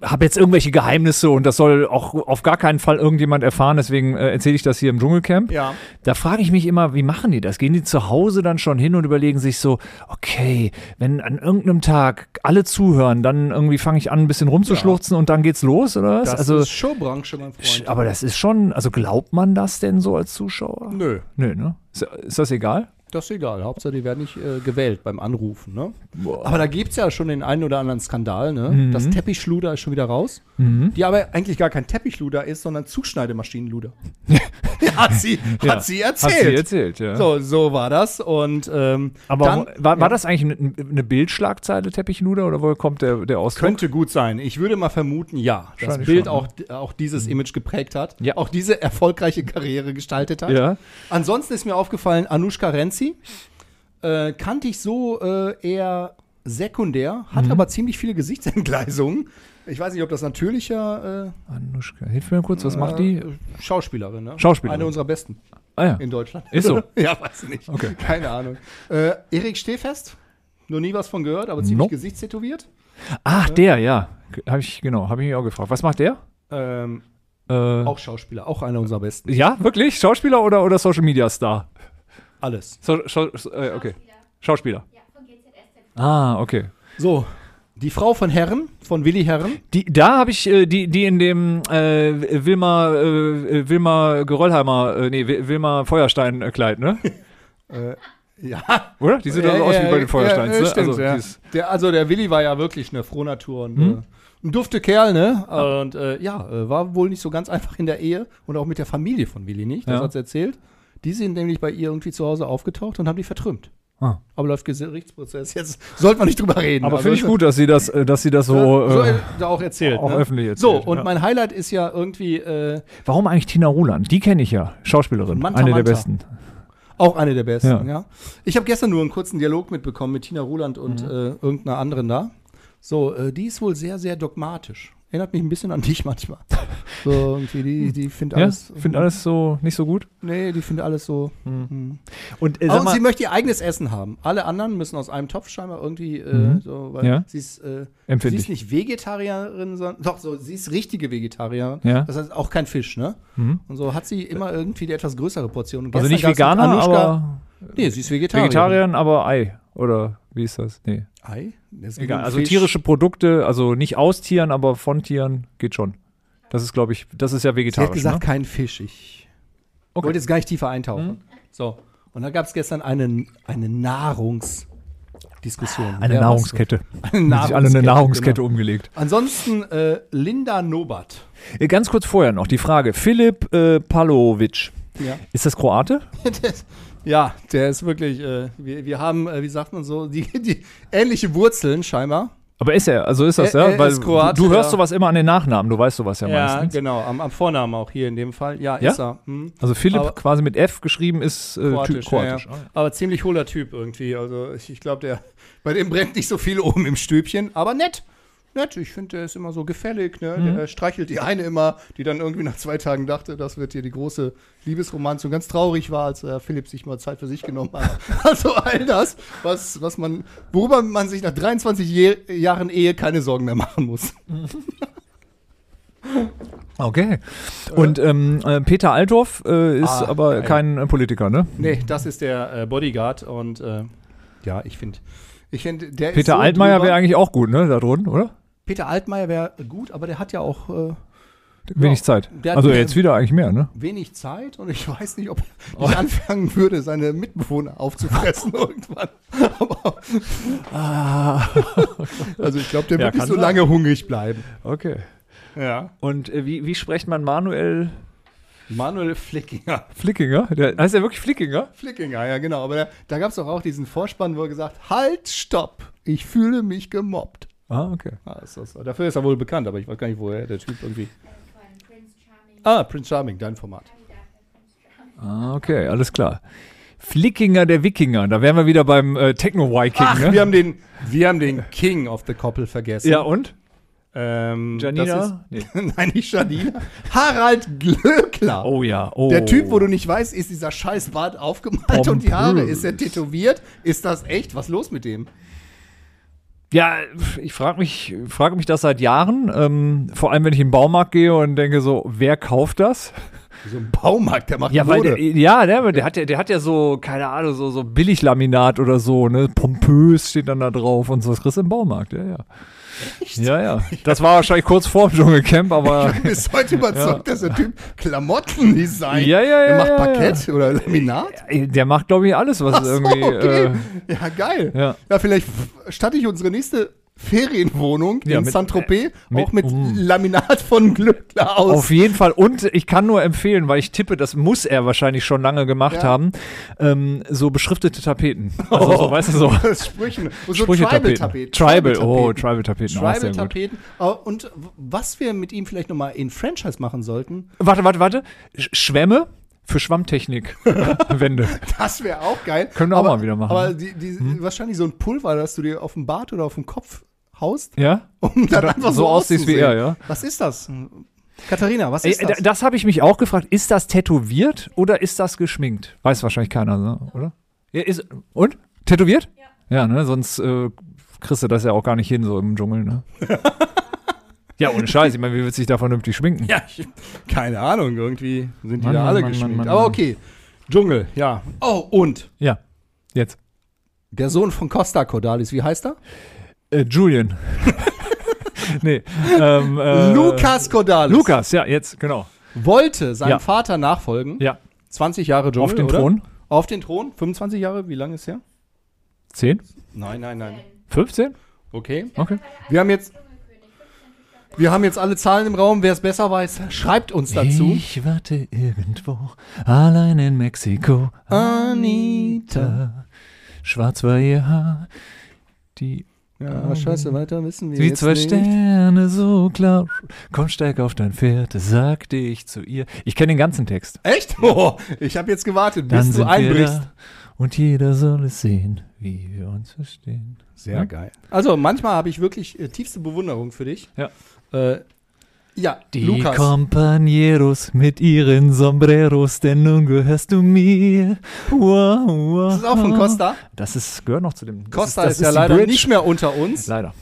Speaker 1: habe jetzt irgendwelche Geheimnisse und das soll auch auf gar keinen Fall irgendjemand erfahren, deswegen äh, erzähle ich das hier im Dschungelcamp.
Speaker 2: Ja.
Speaker 1: Da frage ich mich immer, wie machen die das? Gehen die zu Hause dann schon hin und überlegen sich so, okay, wenn an irgendeinem Tag alle zuhören, dann irgendwie fange ich an, ein bisschen rumzuschluchzen und dann geht's los, oder was?
Speaker 2: Das
Speaker 1: also,
Speaker 2: ist Showbranche, mein Freund.
Speaker 1: aber das ist schon, also glaubt man das denn so als Zuschauer?
Speaker 2: Nö,
Speaker 1: Nö, ne? Ist, ist das egal?
Speaker 2: das ist egal. Hauptsache, die werden nicht äh, gewählt beim Anrufen. Ne? Aber da gibt es ja schon den einen oder anderen Skandal. Ne?
Speaker 1: Mhm.
Speaker 2: Das Teppichluder ist schon wieder raus. Die aber eigentlich gar kein Teppichluder ist, sondern Zuschneidemaschinenluder. hat, sie,
Speaker 1: Ja.
Speaker 2: hat sie erzählt.
Speaker 1: Hat sie erzählt, ja.
Speaker 2: So, so war das. Und ähm,
Speaker 1: Aber
Speaker 2: dann
Speaker 1: war, war das eigentlich eine, eine Bildschlagzeile, Teppichluder, oder woher kommt der, der Ausdruck?
Speaker 2: könnte gut sein. Ich würde mal vermuten, ja. Das
Speaker 1: Wahrscheinlich
Speaker 2: Bild
Speaker 1: schon, ne? Mhm.
Speaker 2: auch, auch dieses Image geprägt hat.
Speaker 1: Ja.
Speaker 2: Auch diese erfolgreiche Karriere gestaltet hat.
Speaker 1: Ja.
Speaker 2: Ansonsten ist mir aufgefallen, Anushka Renzi äh, kannte ich so äh, eher sekundär, hat
Speaker 1: Mhm.
Speaker 2: aber ziemlich viele Gesichtsentgleisungen. Ich weiß nicht, ob das natürlicher
Speaker 1: Anuschka, hilf mir kurz, was macht
Speaker 2: äh,
Speaker 1: die?
Speaker 2: äh, Schauspielerin, ne?
Speaker 1: Schauspielerin.
Speaker 2: Eine unserer besten
Speaker 1: Ah ja.
Speaker 2: in Deutschland.
Speaker 1: Ist so.
Speaker 2: ja, weiß nicht. Okay. Keine Ahnung. Äh, Erik Stehfest, noch nie was von gehört, aber ziemlich
Speaker 1: Nope.
Speaker 2: gesichtstätowiert.
Speaker 1: Ach, der, ja. Habe ich, genau, habe ich mich auch gefragt. Was macht der?
Speaker 2: Ähm,
Speaker 1: Äh,
Speaker 2: auch Schauspieler, auch einer unserer besten.
Speaker 1: ja, wirklich? Schauspieler oder, oder Social Media Star?
Speaker 2: Alles.
Speaker 1: So, Schau- äh, okay. Schauspieler. Ah, okay.
Speaker 2: So, die Frau von Herren, von Willi Herren.
Speaker 1: Die, da habe ich äh, die, die in dem äh, Wilma, äh, Wilma Geröllheimer, äh, nee, Wil- Wilma Feuerstein-Kleid, ne?
Speaker 2: Äh, Ja,
Speaker 1: Oder? Die sieht doch so aus wie bei den Feuersteins,
Speaker 2: ja,
Speaker 1: ne?
Speaker 2: Stimmt,
Speaker 1: also,
Speaker 2: ja.
Speaker 1: die ist- Hm.
Speaker 2: der, also der Willi war ja wirklich eine Frohnatur und äh, ein dufte Kerl, ne? Und äh, ja, äh, war wohl nicht so ganz einfach in der Ehe und auch mit der Familie von Willi nicht, das
Speaker 1: Ja.
Speaker 2: hat's erzählt. Die sind nämlich bei ihr irgendwie zu Hause aufgetaucht und haben die vertrümmt.
Speaker 1: Ah.
Speaker 2: Aber läuft Gerichtsprozess. Jetzt sollte man nicht drüber reden.
Speaker 1: Aber
Speaker 2: Also
Speaker 1: finde ich
Speaker 2: ist-
Speaker 1: gut, dass sie das, äh, dass sie das so.
Speaker 2: so
Speaker 1: Äh,
Speaker 2: äh, auch erzählt.
Speaker 1: auch
Speaker 2: ne?
Speaker 1: öffentlich erzählt,
Speaker 2: So, und
Speaker 1: ja.
Speaker 2: mein Highlight ist ja irgendwie äh,
Speaker 1: warum eigentlich Tina Ruland? Die kenne ich ja, Schauspielerin,
Speaker 2: Manta
Speaker 1: eine der
Speaker 2: Manta.
Speaker 1: besten.
Speaker 2: Auch eine der besten, ja.
Speaker 1: Ja.
Speaker 2: Ich habe gestern nur einen kurzen Dialog mitbekommen mit Tina Ruland und
Speaker 1: Mhm.
Speaker 2: äh, irgendeiner anderen da. So, äh, die ist wohl sehr, sehr dogmatisch. Erinnert mich ein bisschen an dich manchmal. So, irgendwie, die, die findet
Speaker 1: Ja,
Speaker 2: alles.
Speaker 1: finde alles so nicht so gut.
Speaker 2: Nee, die findet alles so.
Speaker 1: Und äh,
Speaker 2: Ah,
Speaker 1: sag
Speaker 2: und
Speaker 1: mal,
Speaker 2: sie möchte ihr eigenes Essen haben. Alle anderen müssen aus einem Topf scheinbar irgendwie äh, so, weil
Speaker 1: Mhm. Ja.
Speaker 2: sie ist, äh, sie
Speaker 1: Empfindlich.
Speaker 2: ist nicht Vegetarierin, sondern doch, so, sie ist richtige Vegetarierin.
Speaker 1: Ja. Mhm.
Speaker 2: Das heißt auch kein Fisch, ne? Und so hat sie immer irgendwie die etwas größere Portion. Und
Speaker 1: also
Speaker 2: gestern
Speaker 1: nicht
Speaker 2: gab's mit
Speaker 1: Veganer,
Speaker 2: Anuschka-
Speaker 1: aber
Speaker 2: Nee, sie ist Vegetarierin.
Speaker 1: Vegetarierin, aber Ei. Oder wie ist das? Nee.
Speaker 2: Ei? Das ist
Speaker 1: Egal.
Speaker 2: ein
Speaker 1: Also
Speaker 2: Fisch.
Speaker 1: tierische Produkte, also nicht aus Tieren, aber von Tieren geht schon. Das ist, glaube ich, das ist ja
Speaker 2: Sie hat
Speaker 1: vegetarisch.
Speaker 2: gesagt,
Speaker 1: ne?
Speaker 2: kein Fisch. Ich
Speaker 1: Okay.
Speaker 2: wollte jetzt gar nicht tiefer eintauchen. Hm? So. Und da gab es gestern eine, eine Nahrungsdiskussion.
Speaker 1: Eine
Speaker 2: Wer
Speaker 1: Nahrungskette.
Speaker 2: was- Eine
Speaker 1: Haben sich alle eine
Speaker 2: Nahrungskette,
Speaker 1: Nahrungskette
Speaker 2: Genau.
Speaker 1: umgelegt.
Speaker 2: Ansonsten äh, Linda Nobert.
Speaker 1: Äh, Ganz kurz vorher noch die Frage. Philipp äh, Palovic.
Speaker 2: Ja.
Speaker 1: Ist das Kroate?
Speaker 2: ja, der ist wirklich, äh, wir, wir haben, äh, wie sagt man so, die, die ähnliche Wurzeln scheinbar.
Speaker 1: Aber ist er, also ist das,
Speaker 2: Er-
Speaker 1: ja?
Speaker 2: er
Speaker 1: Weil
Speaker 2: ist Kroate,
Speaker 1: du, du hörst
Speaker 2: ja.
Speaker 1: sowas immer an den Nachnamen, du weißt sowas ja, meistens.
Speaker 2: genau, am, am Vornamen auch hier in dem Fall. Ja,
Speaker 1: Ja?
Speaker 2: ist er. Hm.
Speaker 1: Also Philipp
Speaker 2: Aber-
Speaker 1: quasi mit F geschrieben ist äh,
Speaker 2: Kroatisch, Ah,
Speaker 1: Kroatisch. Kroatisch.
Speaker 2: Ja, ja. Aber ziemlich hohler Typ irgendwie. Also ich, ich glaube, der bei dem brennt nicht so viel oben im Stübchen, aber nett. Nett, ich finde, der ist immer so gefällig, ne? Der streichelt die eine immer, die dann irgendwie nach zwei Tagen dachte, das wird hier die große Liebesromanze und ganz traurig war, als äh, Philipp sich mal Zeit für sich genommen hat. Also all das, was, was man, worüber man sich nach 23 Je Jahren Ehe keine Sorgen mehr machen muss.
Speaker 1: Okay. Und ähm, äh, Peter Althoff äh, ist
Speaker 2: Ah,
Speaker 1: aber
Speaker 2: geil.
Speaker 1: kein äh, Politiker, ne?
Speaker 2: Nee, das ist der äh, Bodyguard und äh, ja, ich finde, ich finde, der
Speaker 1: Peter
Speaker 2: so
Speaker 1: Altmaier
Speaker 2: drüber.
Speaker 1: wäre eigentlich auch gut, ne? Da drin, oder?
Speaker 2: Peter Altmaier wäre gut, aber der hat ja auch äh,
Speaker 1: Wenig
Speaker 2: Ja.
Speaker 1: Zeit.
Speaker 2: Der hat-
Speaker 1: also jetzt wieder eigentlich mehr, ne?
Speaker 2: wenig Zeit und ich weiß nicht, ob
Speaker 1: Oh.
Speaker 2: er nicht anfangen würde, seine Mitbewohner aufzufressen irgendwann. Aber, also ich glaube, der
Speaker 1: Ah. Ja,
Speaker 2: wird nicht
Speaker 1: kann
Speaker 2: so
Speaker 1: sein.
Speaker 2: lange hungrig bleiben.
Speaker 1: Okay.
Speaker 2: Ja.
Speaker 1: Und äh, wie, wie spricht man Manuel
Speaker 2: Manuel Flickinger.
Speaker 1: Flickinger? Der, heißt er wirklich Flickinger?
Speaker 2: Flickinger, ja genau. Aber da, da gab es doch auch diesen Vorspann, wo er gesagt halt, stopp, ich fühle mich gemobbt.
Speaker 1: Ah, okay.
Speaker 2: Ah, ist das so. Dafür ist er wohl bekannt, aber ich weiß gar nicht, woher der Typ irgendwie... Ah, Prince Charming, dein Format.
Speaker 1: Ah, okay, alles klar. Flickinger der Wikinger. Da wären wir wieder beim äh, Techno-Viking,
Speaker 2: Ach,
Speaker 1: ne?
Speaker 2: wir haben den, wir haben den King of the Koppel vergessen.
Speaker 1: ja, und?
Speaker 2: Ähm, Das
Speaker 1: Janina? Nee.
Speaker 2: ist, nein, nicht Janina. Harald Glöckler.
Speaker 1: Oh ja, oh.
Speaker 2: Der Typ, wo du nicht weißt, ist dieser scheiß Bart aufgemalt und die Haare,
Speaker 1: Pompös.
Speaker 2: ist er tätowiert? Ist das echt? Was ist los mit dem?
Speaker 1: Ja, ich frage mich, frage mich das seit Jahren. Ähm, vor allem, wenn ich in den Baumarkt gehe und denke so, wer kauft das?
Speaker 2: So ein Baumarkt, der macht
Speaker 1: Ja, weil
Speaker 2: Mode.
Speaker 1: der, eh- ja, der, der, hat ja, der hat ja so, keine Ahnung, so, so Billiglaminat oder so, ne? Pompös steht dann da drauf und so. Das kriegst du im Baumarkt, ja, ja. Ja, ja. Das war wahrscheinlich kurz vor dem Dschungelcamp, aber
Speaker 2: Bis heute überzeugt, dass der Typ Klamotten designt.
Speaker 1: Ja, ja, ja,
Speaker 2: Der macht
Speaker 1: ja, ja.
Speaker 2: Parkett oder Laminat.
Speaker 1: der macht, glaube ich, alles, was
Speaker 2: Ach so,
Speaker 1: irgendwie.
Speaker 2: okay.
Speaker 1: Äh,
Speaker 2: ja, geil.
Speaker 1: ja.
Speaker 2: vielleicht statte ich unsere nächste Ferienwohnung
Speaker 1: Ja,
Speaker 2: in
Speaker 1: mit-
Speaker 2: Saint-Tropez
Speaker 1: mit-
Speaker 2: auch mit
Speaker 1: mm.
Speaker 2: Laminat von Glückler aus.
Speaker 1: Auf jeden Fall. Und ich kann nur empfehlen, weil ich tippe, das muss er wahrscheinlich schon lange gemacht
Speaker 2: Ja.
Speaker 1: haben, ähm, so beschriftete Tapeten. Also so, weißt du, so.
Speaker 2: Sprüchen. Und Oh. so
Speaker 1: Sprüche-Tapeten.
Speaker 2: Tribal-Tapeten.
Speaker 1: Tribal, oh, Tribal-Tapeten. auch sehr gut.
Speaker 2: Tribal-Tapeten. Oh, und w- was wir mit ihm vielleicht nochmal in Franchise machen sollten,
Speaker 1: Warte, warte, warte. Sch- Schwämme für Schwammtechnik. Wände.
Speaker 2: das wäre auch geil.
Speaker 1: Können wir auch
Speaker 2: aber,
Speaker 1: mal wieder machen. Hm?
Speaker 2: Aber die, die, wahrscheinlich so ein Pulver, das du dir auf dem Bart oder auf dem Kopf haust,
Speaker 1: Ja?
Speaker 2: um dann einfach so,
Speaker 1: so aussiehst wie
Speaker 2: auszusehen.
Speaker 1: er, ja.
Speaker 2: Was ist das? Katharina, was
Speaker 1: Ey,
Speaker 2: ist
Speaker 1: da-
Speaker 2: das?
Speaker 1: das habe ich mich auch gefragt. Ist das tätowiert oder ist das geschminkt? Weiß wahrscheinlich keiner, ne? oder? Ja, ist, und? Tätowiert? Ja. Ja, ne? Sonst äh, kriegst du das ja auch gar nicht hin, so im Dschungel, ne? ja, ohne Scheiß. Ich meine, wie wird sich da vernünftig schminken?
Speaker 2: Ja, ich, keine Ahnung, irgendwie sind die
Speaker 1: Mann,
Speaker 2: da
Speaker 1: Mann,
Speaker 2: alle
Speaker 1: Mann,
Speaker 2: geschminkt.
Speaker 1: Mann, Mann,
Speaker 2: Aber
Speaker 1: Mann.
Speaker 2: okay, Dschungel, ja. Oh, und
Speaker 1: Ja. Jetzt.
Speaker 2: der Sohn von Costa Cordalis, wie heißt er?
Speaker 1: Äh, Julian. nee. Ähm, äh,
Speaker 2: Lukas Cordalis.
Speaker 1: Lukas, ja, jetzt, genau.
Speaker 2: wollte seinem
Speaker 1: Ja.
Speaker 2: Vater nachfolgen.
Speaker 1: Ja.
Speaker 2: 20 Jahre Dschungel,
Speaker 1: Auf den
Speaker 2: oder?
Speaker 1: Thron.
Speaker 2: Auf den Thron. 25 Jahre, wie lange ist her?
Speaker 1: 10?
Speaker 2: Nein, nein, nein.
Speaker 1: 15?
Speaker 2: Okay.
Speaker 1: Okay.
Speaker 2: Wir haben jetzt wir haben jetzt alle Zahlen im Raum. Wer es besser weiß, schreibt uns dazu.
Speaker 1: Ich warte irgendwo, allein in Mexiko.
Speaker 2: Ah. Anita.
Speaker 1: Schwarz war ihr Haar, die
Speaker 2: Ja, scheiße, weiter wissen wir
Speaker 1: wie
Speaker 2: jetzt
Speaker 1: zwei
Speaker 2: nicht.
Speaker 1: Sterne so klar. Komm, steig auf dein Pferd, sagte ich zu ihr. Ich kenne den ganzen Text.
Speaker 2: Echt? Oh, ich habe jetzt gewartet, bis
Speaker 1: Dann
Speaker 2: du
Speaker 1: sind wir
Speaker 2: einbrichst.
Speaker 1: da und jeder soll es sehen, wie wir uns verstehen.
Speaker 2: Sehr geil. Also manchmal habe ich wirklich äh, tiefste Bewunderung für dich.
Speaker 1: Ja.
Speaker 2: Äh, ja,
Speaker 1: Die
Speaker 2: Lukas.
Speaker 1: Compañeros mit ihren Sombreros, denn nun gehörst du mir. Wow, wow.
Speaker 2: Das ist auch von Costa.
Speaker 1: Das ist, gehört noch zu dem.
Speaker 2: Costa
Speaker 1: das
Speaker 2: ist, ja
Speaker 1: die
Speaker 2: leider
Speaker 1: Bridge.
Speaker 2: nicht mehr unter uns.
Speaker 1: Leider.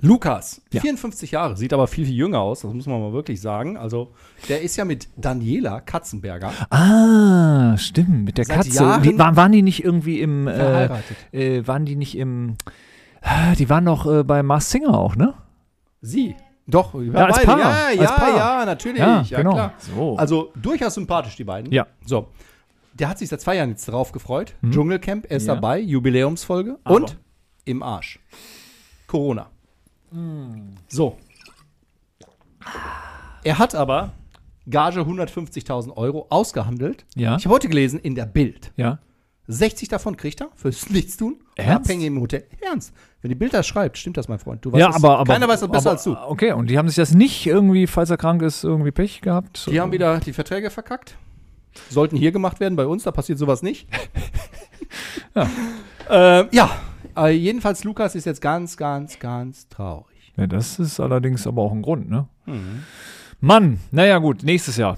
Speaker 2: Lukas,
Speaker 1: Ja.
Speaker 2: 54 Jahre, sieht aber viel, viel jünger aus, das muss man mal wirklich sagen. Also, der ist ja mit Daniela Katzenberger.
Speaker 1: Ah, stimmt, mit der
Speaker 2: Seit
Speaker 1: Katze.
Speaker 2: Jahren
Speaker 1: die, waren, waren die nicht irgendwie im. Äh,
Speaker 2: Verheiratet.
Speaker 1: äh, waren die nicht im. Ah, Die waren doch äh, bei Mars Singer auch, ne?
Speaker 2: Sie. Doch, ja,
Speaker 1: als Paar,
Speaker 2: ja,
Speaker 1: als
Speaker 2: ja,
Speaker 1: Paar.
Speaker 2: ja, natürlich.
Speaker 1: Ja,
Speaker 2: Ja,
Speaker 1: genau.
Speaker 2: klar.
Speaker 1: So.
Speaker 2: Also durchaus sympathisch, die beiden.
Speaker 1: Ja. Mhm.
Speaker 2: So. Der hat sich seit zwei Jahren jetzt darauf gefreut. Dschungelcamp, er ist
Speaker 1: Ja.
Speaker 2: dabei, Jubiläumsfolge
Speaker 1: Aber.
Speaker 2: und im Arsch. Corona.
Speaker 1: Hm.
Speaker 2: So. Er hat aber Gage 150.000 Euro ausgehandelt.
Speaker 1: Ja.
Speaker 2: Ich habe heute gelesen in der Bild.
Speaker 1: Ja.
Speaker 2: 60 davon kriegt er fürs Nichtstun.
Speaker 1: Ernst?
Speaker 2: Abhängig im Hotel. Ernst. Wenn die Bild das schreibt, stimmt das, mein Freund. Du
Speaker 1: ja,
Speaker 2: es-
Speaker 1: aber, aber.
Speaker 2: keiner weiß das besser
Speaker 1: aber,
Speaker 2: als du.
Speaker 1: Okay, und die haben sich das nicht irgendwie, falls er krank ist, irgendwie Pech gehabt.
Speaker 2: Die haben wieder die Verträge verkackt. Sollten hier gemacht werden, bei uns, da passiert sowas nicht. ja. Ähm, ja, äh, jedenfalls Lukas ist jetzt ganz, ganz, ganz traurig.
Speaker 1: Ja, das ist allerdings aber auch ein Grund, ne?
Speaker 2: Mhm.
Speaker 1: Mann, naja, gut, nächstes Jahr.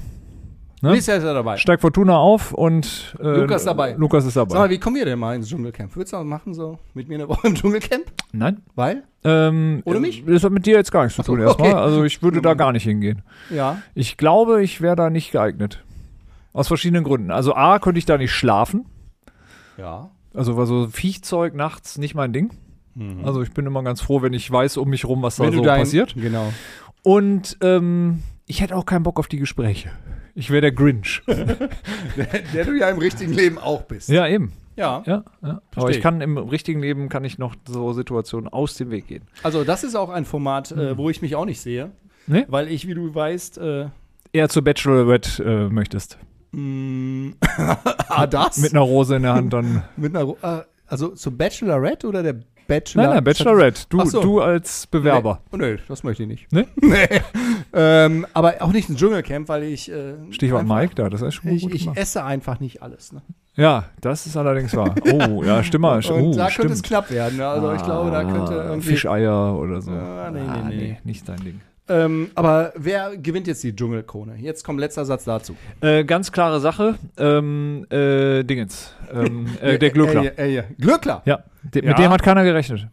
Speaker 1: Ne?
Speaker 2: Bisher ist er dabei.
Speaker 1: Steigt Fortuna auf und. äh,
Speaker 2: Lukas dabei.
Speaker 1: Lukas ist dabei.
Speaker 2: Sag mal, wie kommen wir denn mal ins Dschungelcamp? Würdest du das machen, so mit mir eine Woche im Dschungelcamp?
Speaker 1: Nein?
Speaker 2: Weil?
Speaker 1: Ähm,
Speaker 2: Ohne
Speaker 1: äh,
Speaker 2: mich?
Speaker 1: Das hat mit dir jetzt gar nichts zu
Speaker 2: so,
Speaker 1: tun, erstmal.
Speaker 2: okay.
Speaker 1: Also, ich würde da gar nicht hingehen.
Speaker 2: Ja.
Speaker 1: Ich glaube, ich wäre da nicht geeignet. Aus verschiedenen Gründen. Also A, könnte ich da nicht schlafen.
Speaker 2: Ja.
Speaker 1: Also war so Viechzeug nachts nicht mein Ding. Also ich bin immer ganz froh, wenn ich weiß um mich rum, was da so
Speaker 2: dein-
Speaker 1: passiert.
Speaker 2: Genau.
Speaker 1: Und ähm, ich hätte auch keinen Bock auf die Gespräche. Ich wäre der Grinch.
Speaker 2: Der du ja im richtigen Leben auch bist.
Speaker 1: ja, eben.
Speaker 2: Ja.
Speaker 1: Ja, ja. Aber
Speaker 2: Verstehe
Speaker 1: ich
Speaker 2: ich.
Speaker 1: kann im richtigen Leben kann ich noch so Situationen aus dem Weg gehen.
Speaker 2: Also, das ist auch ein Format, äh, wo ich mich auch nicht sehe.
Speaker 1: Nee?
Speaker 2: Weil ich, wie du weißt, äh,
Speaker 1: Eher zur Bachelorette äh, möchtest.
Speaker 2: ah, das.
Speaker 1: Mit einer Rose in der Hand dann.
Speaker 2: Mit einer, Ro- äh, also zur Bachelorette oder der Bachelor?
Speaker 1: Nein, nein, Bachelorette. Du,
Speaker 2: Ach so.
Speaker 1: du als Bewerber.
Speaker 2: Nee, Oh, nee, das möchte ich nicht.
Speaker 1: Ne?
Speaker 2: Nee. ähm, aber auch nicht ein Dschungelcamp, weil ich. Äh,
Speaker 1: Stichwort
Speaker 2: einfach,
Speaker 1: Mike da, das ist schon mal
Speaker 2: Ich,
Speaker 1: gut
Speaker 2: ich
Speaker 1: gemacht.
Speaker 2: esse einfach nicht alles. Ne?
Speaker 1: Ja, das ist allerdings wahr. Oh, ja, stimme.
Speaker 2: Und
Speaker 1: oh,
Speaker 2: da
Speaker 1: stimmt.
Speaker 2: könnte es knapp werden. ne? Also ich glaube, da könnte
Speaker 1: Ah,
Speaker 2: irgendwie.
Speaker 1: Fischeier oder so.
Speaker 2: Ah, nee, nee, nee.
Speaker 1: Nicht dein Ding.
Speaker 2: Ähm, aber wer gewinnt jetzt die Dschungelkrone? Jetzt kommt letzter Satz dazu.
Speaker 1: Äh, ganz klare Sache. Ähm, äh, Dingens. Ähm, äh, der Glöckler.
Speaker 2: Ey, ey, ey. Glöckler.
Speaker 1: Ja, de
Speaker 2: Ja.
Speaker 1: mit dem hat keiner gerechnet.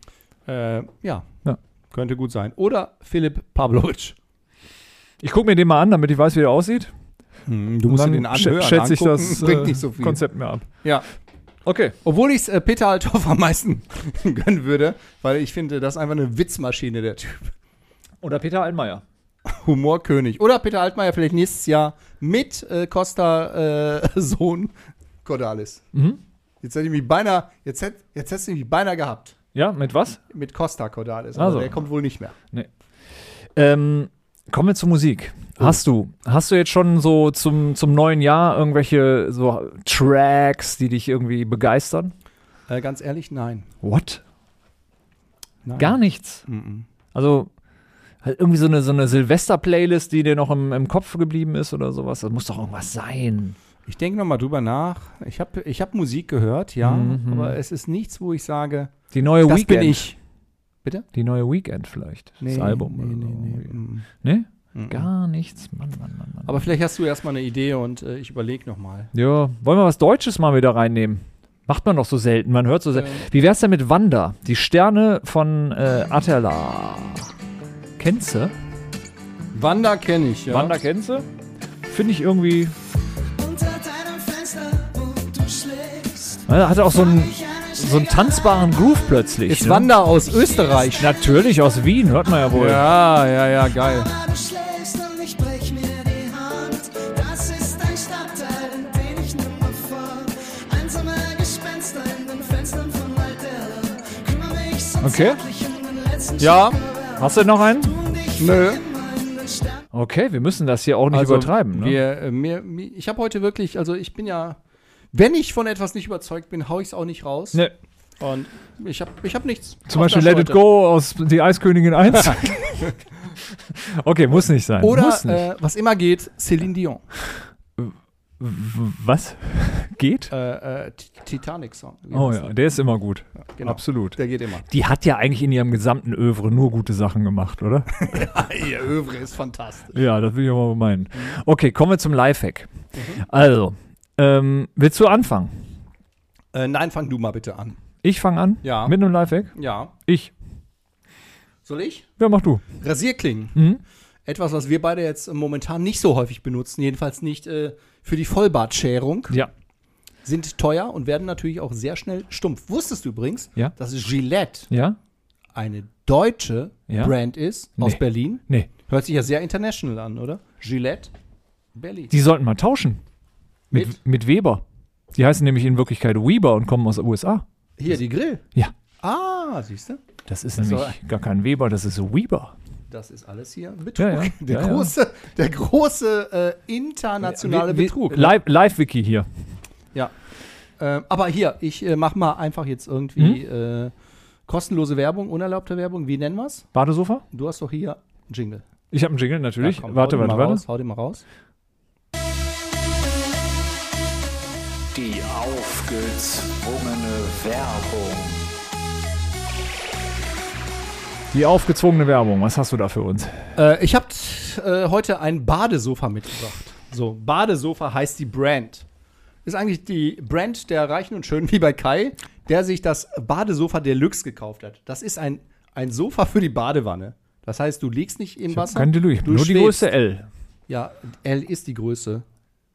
Speaker 2: Äh, ja.
Speaker 1: Ja.
Speaker 2: Könnte gut sein. Oder Philipp Pavlovic.
Speaker 1: Ich gucke mir den mal an, damit ich weiß, wie der aussieht.
Speaker 2: du
Speaker 1: Und dann schä- schätze ich das äh,
Speaker 2: Bringt nicht so viel.
Speaker 1: Konzept mehr ab.
Speaker 2: Ja.
Speaker 1: Okay.
Speaker 2: Obwohl ich es äh, Peter Althoff am meisten gönnen würde, weil ich finde, das ist einfach eine Witzmaschine, der Typ.
Speaker 1: Oder Peter Altmaier.
Speaker 2: Humorkönig. Oder Peter Altmaier vielleicht nächstes Jahr mit äh, Costa äh, Sohn Cordalis.
Speaker 1: Mhm.
Speaker 2: Jetzt hätte ich mich beinahe, jetzt hätte, jetzt hättest du mich beinahe gehabt.
Speaker 1: Ja, mit was?
Speaker 2: Mit Costa Cordalis.
Speaker 1: Also.
Speaker 2: Also. Der kommt wohl nicht mehr.
Speaker 1: Ähm, kommen wir zur Musik. Hast du, hast du jetzt schon so zum, zum neuen Jahr irgendwelche so Tracks, die dich irgendwie begeistern?
Speaker 2: Äh, ganz ehrlich, nein.
Speaker 1: What?
Speaker 2: nein.
Speaker 1: Gar nichts. Also halt irgendwie so eine, so eine Silvester-Playlist, die dir noch im, im Kopf geblieben ist oder sowas. Das muss doch irgendwas sein.
Speaker 2: Ich denke nochmal drüber nach. Ich habe ich hab Musik gehört, ja,
Speaker 1: Mhm.
Speaker 2: aber es ist nichts, wo ich sage,
Speaker 1: Die neue
Speaker 2: das
Speaker 1: Weekend.
Speaker 2: bin ich.
Speaker 1: Die neue Weekend vielleicht. das Album oder so. irgendwie.
Speaker 2: mm.
Speaker 1: Nee? Gar nichts. Mann, Mann, Mann, Mann.
Speaker 2: Aber vielleicht hast du erstmal eine Idee und äh, ich überlege nochmal.
Speaker 1: Ja, wollen wir was Deutsches mal wieder reinnehmen? Macht man doch so selten, man hört so selten. Wie wär's denn mit Wanda? Die Sterne von äh, Atala. Kennst du?
Speaker 2: Wanda kenne ich, ja.
Speaker 1: Wanda kennst du? Finde ich irgendwie.
Speaker 6: Unter deinem Fenster und du schläfst.
Speaker 1: Äh, Hat auch so einen, so
Speaker 6: So
Speaker 1: einen tanzbaren Groove plötzlich. ne?
Speaker 2: Ist Wanda aus Österreich.
Speaker 1: Natürlich, aus Wien, hört man ja wohl.
Speaker 2: Ja, ja, ja, geil.
Speaker 6: Du schläfst und ich brech mir die Hand. Das ist ein Stadtteil, in den ich nimmer fahr. Einsame Gespenster in den Fenstern von Waldera. Kümmer mich so
Speaker 1: Okay.
Speaker 6: zärtlich um den letzten
Speaker 2: Ja.
Speaker 1: Hast du noch einen?
Speaker 2: Nö.
Speaker 1: Okay, wir müssen das hier auch nicht übertreiben. Ne?
Speaker 2: Also, Wir, äh, mir, mir, ich habe heute wirklich, also ich bin ja, wenn ich von etwas nicht überzeugt bin, hau ich es auch nicht raus.
Speaker 1: Ne,
Speaker 2: Und ich habe ich hab nichts.
Speaker 1: zum
Speaker 2: auf
Speaker 1: Beispiel
Speaker 2: der
Speaker 1: Let It
Speaker 2: Schulter.
Speaker 1: Go aus Die Eiskönigin 1. okay, muss nicht sein.
Speaker 2: Oder,
Speaker 1: muss nicht.
Speaker 2: äh, was immer geht, Céline Dion.
Speaker 1: Was? Geht?
Speaker 2: Äh, äh, Ti- Titanic-Song. Wie
Speaker 1: Oh
Speaker 2: heißt
Speaker 1: ja,
Speaker 2: der?
Speaker 1: der ist immer gut.
Speaker 2: genau.
Speaker 1: Absolut.
Speaker 2: Der geht immer.
Speaker 1: Die hat ja eigentlich in ihrem gesamten Övre nur gute Sachen gemacht, oder?
Speaker 2: Ihr Övre ist fantastisch.
Speaker 1: ja, das will ich aber meinen.
Speaker 2: Mhm.
Speaker 1: Okay, kommen wir zum Lifehack. Also, ähm, willst du anfangen?
Speaker 2: Äh, nein, fang du mal bitte an.
Speaker 1: Ich fange an?
Speaker 2: Ja.
Speaker 1: Mit einem Lifehack?
Speaker 2: Ja.
Speaker 1: Ich.
Speaker 2: Soll ich?
Speaker 1: Ja, mach du.
Speaker 2: Rasierklingen.
Speaker 1: Mhm.
Speaker 2: Etwas, was wir beide jetzt momentan nicht so häufig benutzen, jedenfalls nicht äh, für die Vollbartscherung,
Speaker 1: Ja.
Speaker 2: sind teuer und werden natürlich auch sehr schnell stumpf. Wusstest du übrigens,
Speaker 1: Ja.
Speaker 2: dass Gillette
Speaker 1: Ja?
Speaker 2: eine deutsche
Speaker 1: Ja.
Speaker 2: Brand ist, aus
Speaker 1: Nee.
Speaker 2: Berlin?
Speaker 1: Nee.
Speaker 2: Hört sich ja sehr international an, oder? Gillette, Berlin.
Speaker 1: Die sollten mal tauschen.
Speaker 2: Mit?
Speaker 1: Mit, mit Weber. Die heißen nämlich in Wirklichkeit Weber und kommen aus den USA.
Speaker 2: Hier, die Grill.
Speaker 1: Ja.
Speaker 2: Ah, siehst du?
Speaker 1: Das ist nämlich gar kein Weber, das ist Weber.
Speaker 2: Das ist alles hier Betrug.
Speaker 1: Ja, ja.
Speaker 2: Der,
Speaker 1: Ja, ja.
Speaker 2: große, der große äh, internationale
Speaker 1: Wie- wie-
Speaker 2: Betrug. ne?
Speaker 1: Live- Live-Wiki hier.
Speaker 2: Ja. Ähm, aber hier, ich äh, mache mal einfach jetzt irgendwie
Speaker 1: Hm?
Speaker 2: äh, kostenlose Werbung, unerlaubte Werbung. Wie nennen wir es?
Speaker 1: Badesofa?
Speaker 2: Du hast doch hier einen Jingle.
Speaker 1: Ich habe einen Jingle, natürlich.
Speaker 2: Ja, komm,
Speaker 1: warte,
Speaker 2: hau den
Speaker 1: warte,
Speaker 2: mal
Speaker 1: warte.
Speaker 2: Raus, hau den mal raus.
Speaker 7: Die aufgezwungene Werbung.
Speaker 1: Die aufgezwungene Werbung, was hast du da für uns?
Speaker 2: Äh, ich habe äh, heute ein Badesofa mitgebracht. So, Badesofa heißt die Brand. Ist eigentlich die Brand der Reichen und Schönen, wie bei Kai, der sich das Badesofa Deluxe gekauft hat. Das ist ein, ein Sofa für die Badewanne. Das heißt, du liegst nicht im Wasser.
Speaker 1: Kein Deluxe,
Speaker 2: du
Speaker 1: nur die
Speaker 2: schwebst.
Speaker 1: größte L.
Speaker 2: Ja, L ist die Größe.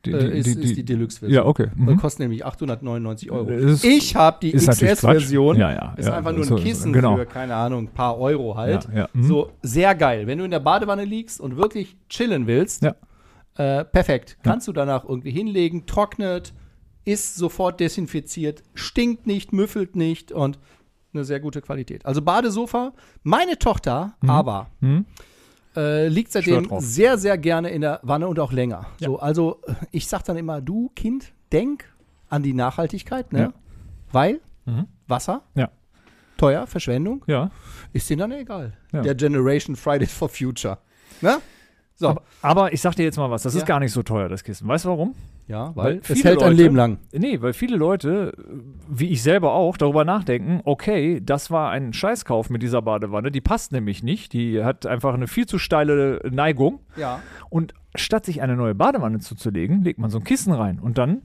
Speaker 1: Die,
Speaker 2: Äh, ist- ist die Deluxe-Version.
Speaker 1: Ja, okay.
Speaker 2: Äh,
Speaker 1: Mhm.
Speaker 2: Kostet nämlich 899 Euro.
Speaker 1: Äh, ist-
Speaker 2: ich habe die
Speaker 1: ist natürlich
Speaker 2: XS-Version.
Speaker 1: Quatsch. Ja, ja,
Speaker 2: Ist
Speaker 1: ja,
Speaker 2: einfach nur
Speaker 1: so-
Speaker 2: ein Kissen
Speaker 1: genau.
Speaker 2: für, keine Ahnung, ein paar Euro halt.
Speaker 1: Ja, ja, mhm.
Speaker 2: So sehr geil. Wenn du in der Badewanne liegst und wirklich chillen willst,
Speaker 1: Ja.
Speaker 2: äh, perfekt. Kannst du danach irgendwie hinlegen, trocknet, ist sofort desinfiziert, stinkt nicht, müffelt nicht und eine sehr gute Qualität. Also Badesofa, meine Tochter, aber äh, liegt seitdem
Speaker 1: Mhm. drauf.
Speaker 2: sehr, sehr gerne in der Wanne und auch länger. So, also äh, ich sag dann immer, du Kind, denk an die Nachhaltigkeit, ne?
Speaker 1: Ja. Mhm.
Speaker 2: Weil Wasser,
Speaker 1: Ja.
Speaker 2: teuer, Verschwendung,
Speaker 1: Ja.
Speaker 2: ist denen dann egal.
Speaker 1: Ja.
Speaker 2: Der Generation Fridays for Future. Ne? So,
Speaker 1: Aber, aber ich sag dir jetzt mal was, das
Speaker 2: Ja.
Speaker 1: ist gar nicht so teuer, das Kissen. Weißt du warum?
Speaker 2: ja,
Speaker 1: weil
Speaker 2: weil, es
Speaker 1: viele
Speaker 2: hält ein
Speaker 1: Leute-
Speaker 2: Leben lang.
Speaker 1: Nee, weil viele Leute, äh, wie ich selber auch, darüber nachdenken, okay, das war ein Scheißkauf mit dieser Badewanne, die passt nämlich nicht, die hat einfach eine viel zu steile Neigung.
Speaker 2: Ja.
Speaker 1: Und statt sich eine neue Badewanne zuzulegen, legt man so ein Kissen rein und dann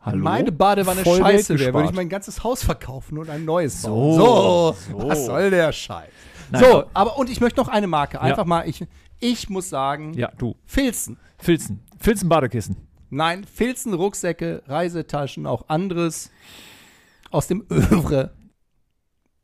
Speaker 1: Hallo?
Speaker 2: Meine Badewanne
Speaker 1: Voll Geld
Speaker 2: scheiße wäre, würde ich
Speaker 1: gespart.
Speaker 2: mein ganzes Haus verkaufen und ein neues bauen.
Speaker 1: So.
Speaker 2: so. Was soll der Scheiß?
Speaker 1: Nein.
Speaker 2: so, aber und ich möchte noch eine Marke. Einfach mal, ich, ich muss sagen,
Speaker 1: Ja, du.
Speaker 2: Filzen.
Speaker 1: Filzen. Filzen Badekissen.
Speaker 2: Nein, Filzen, Rucksäcke, Reisetaschen, auch anderes aus dem Övre.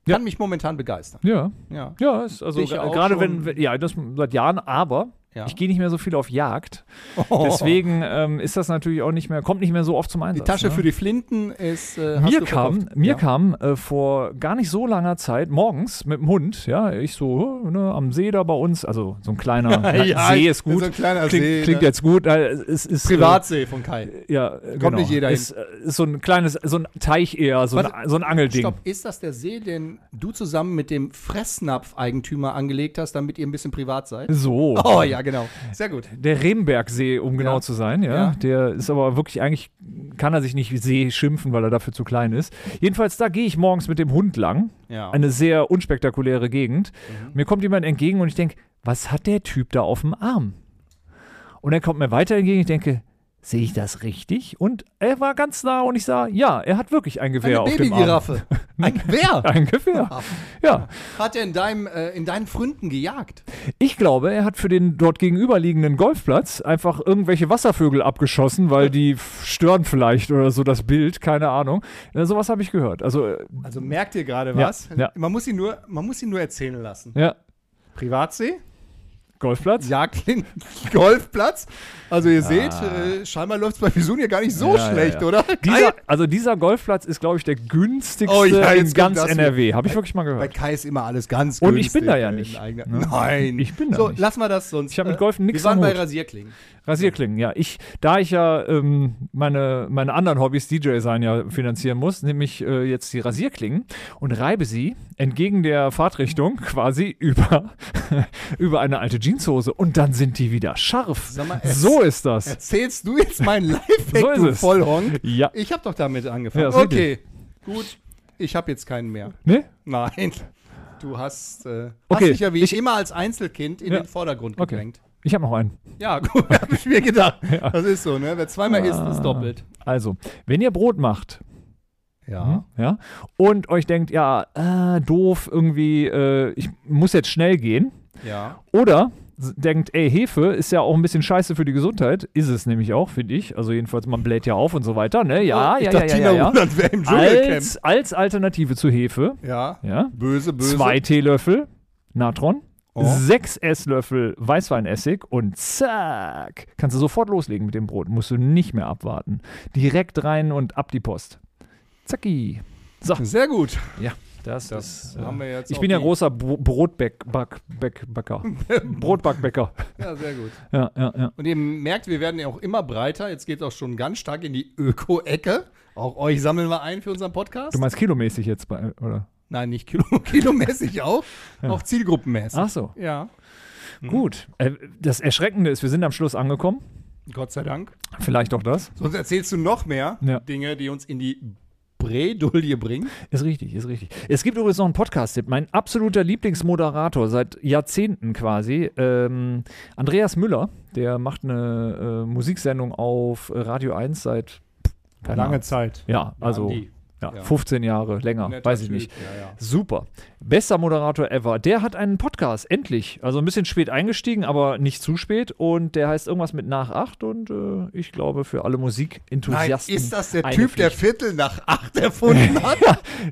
Speaker 1: Ja.
Speaker 2: Kann mich momentan begeistern.
Speaker 1: Ja.
Speaker 2: Ja.
Speaker 1: Ja, ist also
Speaker 2: Dich ja
Speaker 1: gra-
Speaker 2: auch
Speaker 1: gerade
Speaker 2: schon.
Speaker 1: wenn, wenn- ja, das seit Jahren, aber
Speaker 2: Ja. Oh.
Speaker 1: ich gehe nicht mehr so viel auf Jagd. Deswegen ähm, ist das natürlich auch nicht mehr, kommt nicht mehr so oft zum
Speaker 2: Die
Speaker 1: Einsatz.
Speaker 2: Tasche
Speaker 1: ne?
Speaker 2: für die Flinten ist. Äh, hast
Speaker 1: Mir
Speaker 2: du
Speaker 1: kam,
Speaker 2: verkauft.
Speaker 1: mir
Speaker 2: ja.
Speaker 1: kam äh, vor gar nicht so langer Zeit morgens mit dem Hund, ja, ich so äh, ne, am See da bei uns, also so ein kleiner na,
Speaker 2: Ja,
Speaker 1: See ist gut.
Speaker 2: so ein kleiner
Speaker 1: klingt,
Speaker 2: See,
Speaker 1: klingt
Speaker 2: ne?
Speaker 1: jetzt gut. Äh, es ist,
Speaker 2: Privatsee von Kai.
Speaker 1: Äh, ja, äh, genau.
Speaker 2: nicht jeder hin.
Speaker 1: ist, äh, ist so ein kleines, so ein Teich eher, so,
Speaker 2: Warte,
Speaker 1: ein, so ein Angelding.
Speaker 2: Stopp, ist das der See, den du zusammen mit dem Fressnapf-Eigentümer angelegt hast, damit ihr ein bisschen privat seid?
Speaker 1: So.
Speaker 2: Oh ja, genau. Sehr gut.
Speaker 1: Der Rembergsee, um genau
Speaker 2: Ja.
Speaker 1: zu sein, ja.
Speaker 2: Ja.
Speaker 1: Der ist aber wirklich, eigentlich kann er sich nicht See schimpfen, weil er dafür zu klein ist. Jedenfalls, da gehe ich morgens mit dem Hund lang.
Speaker 2: Ja.
Speaker 1: Eine sehr unspektakuläre Gegend.
Speaker 2: Mhm.
Speaker 1: Mir kommt jemand entgegen und ich denke, was hat der Typ da auf dem Arm? Und er kommt mir weiter entgegen, ich denke, sehe ich das richtig? Und er war ganz nah und ich sah, ja, er hat wirklich ein Gewehr
Speaker 2: Eine
Speaker 1: auf dem Arm.
Speaker 2: Babygiraffe. Ein Gewehr.
Speaker 1: Ein Gewehr. Ja.
Speaker 2: Hat er in, deinem, äh, in deinen Fründen gejagt?
Speaker 1: Ich glaube, er hat für den dort gegenüberliegenden Golfplatz einfach irgendwelche Wasservögel abgeschossen, weil die f- stören vielleicht oder so das Bild, keine Ahnung. Äh, sowas habe ich gehört. Also, äh,
Speaker 2: Also merkt ihr gerade
Speaker 1: Ja,
Speaker 2: was?
Speaker 1: ja.
Speaker 2: Man, muss ihn nur, man muss ihn nur erzählen lassen.
Speaker 1: ja,
Speaker 2: Privatsee,
Speaker 1: Golfplatz?
Speaker 2: Jagdlin, Golfplatz. Also ihr seht, äh, scheinbar läuft es bei Visun ja gar nicht so
Speaker 1: Ah. Ja, ja,
Speaker 2: schlecht,
Speaker 1: ja.
Speaker 2: oder?
Speaker 1: Dieser, also dieser Golfplatz ist, glaube ich, der günstigste
Speaker 2: Oh ja, jetzt
Speaker 1: in
Speaker 2: kommt
Speaker 1: ganz
Speaker 2: das hier.
Speaker 1: NRW. Habe ich wirklich mal
Speaker 2: Bei
Speaker 1: gehört.
Speaker 2: Kai ist immer alles ganz
Speaker 1: Und
Speaker 2: günstig,
Speaker 1: ich bin da ja
Speaker 2: äh,
Speaker 1: nicht,
Speaker 2: in eigener-
Speaker 1: ne?
Speaker 2: Nein.
Speaker 1: Ich bin da
Speaker 2: So,
Speaker 1: nicht.
Speaker 2: lass mal das sonst.
Speaker 1: Ich hab mit
Speaker 2: äh,
Speaker 1: Golfen nix
Speaker 2: Wir waren
Speaker 1: am
Speaker 2: bei
Speaker 1: Hut.
Speaker 2: Rasierklingen.
Speaker 1: Rasierklingen, ja. Ich, da ich ja ähm, meine, meine anderen Hobbys, DJ sein ja finanzieren muss, nämlich äh, jetzt die Rasierklingen und reibe sie entgegen der Fahrtrichtung quasi über, über eine alte Jeanshose und dann sind die wieder scharf.
Speaker 2: Sag mal, es-
Speaker 1: so ist das.
Speaker 2: Erzählst du jetzt mein Lifehack,
Speaker 1: So ist
Speaker 2: du
Speaker 1: es.
Speaker 2: Vollhonk?
Speaker 1: Ja.
Speaker 2: Ich habe doch damit angefangen.
Speaker 1: Ja, das ist
Speaker 2: okay, gut. Ich habe jetzt keinen mehr.
Speaker 1: Ne?
Speaker 2: Nein. Du hast, äh,
Speaker 1: Okay,
Speaker 2: hast dich ja wie ich, immer als Einzelkind in
Speaker 1: Ja.
Speaker 2: den Vordergrund
Speaker 1: Okay.
Speaker 2: gedrängt.
Speaker 1: Ich habe noch einen.
Speaker 2: Ja, gut, habe ich mir gedacht. Das ist so, ne? Wer zweimal isst, ist doppelt.
Speaker 1: Also, wenn ihr Brot macht,
Speaker 2: Ja.
Speaker 1: ja, und euch denkt, ja, äh, doof, irgendwie, äh, ich muss jetzt schnell gehen,
Speaker 2: Ja.
Speaker 1: Oder s- denkt, ey, Hefe ist ja auch ein bisschen scheiße für die Gesundheit. Ist es nämlich auch, finde ich. Also jedenfalls, man bläht ja auf und so weiter, ne? Ja,
Speaker 2: Oh, ich
Speaker 1: ja, ja,
Speaker 2: dachte,
Speaker 1: ja,
Speaker 2: Tina
Speaker 1: ja, ja.
Speaker 2: Ruland wäre im Dschungelcamp.
Speaker 1: Als, als Alternative zu Hefe,
Speaker 2: Ja.
Speaker 1: ja,
Speaker 2: Böse, böse.
Speaker 1: zwei Teelöffel Natron,
Speaker 2: Oh.
Speaker 1: sechs Esslöffel Weißweinessig und zack, kannst du sofort loslegen mit dem Brot. Musst du nicht mehr abwarten. Direkt rein und ab die Post. Zacki. So,
Speaker 2: Sehr gut.
Speaker 1: ja, das,
Speaker 2: Das
Speaker 1: ist, äh,
Speaker 2: haben wir jetzt
Speaker 1: ich
Speaker 2: auch
Speaker 1: bin ja
Speaker 2: die-
Speaker 1: großer Bro Brotbackbacker. Brotbackbäcker.
Speaker 2: Ja, sehr gut.
Speaker 1: Ja, ja, ja.
Speaker 2: Und ihr merkt, wir werden ja auch immer breiter. Jetzt geht es auch schon ganz stark in die Öko-Ecke. Auch euch sammeln wir ein für unseren Podcast.
Speaker 1: Du meinst kilomäßig jetzt bei, oder?
Speaker 2: Nein, nicht kilo kilomäßig auch. Auch zielgruppenmäßig.
Speaker 1: Ach so,
Speaker 2: Ja.
Speaker 1: gut. Äh, das Erschreckende ist, wir sind am Schluss angekommen.
Speaker 2: Gott sei Dank.
Speaker 1: Vielleicht auch das.
Speaker 2: Sonst erzählst du noch mehr
Speaker 1: Ja.
Speaker 2: Dinge, die uns in die Bredouille bringen.
Speaker 1: Ist richtig, ist richtig. Es gibt übrigens noch einen Podcast-Tipp. Mein absoluter Lieblingsmoderator seit Jahrzehnten quasi, ähm, Andreas Müller, der macht eine äh, Musiksendung auf äh, Radio 1 seit keine Ahnung.
Speaker 2: Zeit.
Speaker 1: Ja, also
Speaker 2: die.
Speaker 1: ja,
Speaker 2: Ja.
Speaker 1: 15 Jahre länger,
Speaker 2: Netter
Speaker 1: weiß ich
Speaker 2: Typ,
Speaker 1: nicht.
Speaker 2: ja, ja.
Speaker 1: Super. Bester Moderator ever. Der hat einen Podcast, endlich. Also ein bisschen spät eingestiegen, aber nicht zu spät. Und der heißt irgendwas mit Nach 8 und äh, ich glaube für alle
Speaker 2: Nein,
Speaker 1: Musikenthusiasten.
Speaker 2: ist das der
Speaker 1: eine
Speaker 2: Typ, der
Speaker 1: Pflicht.
Speaker 2: Viertel nach acht erfunden hat?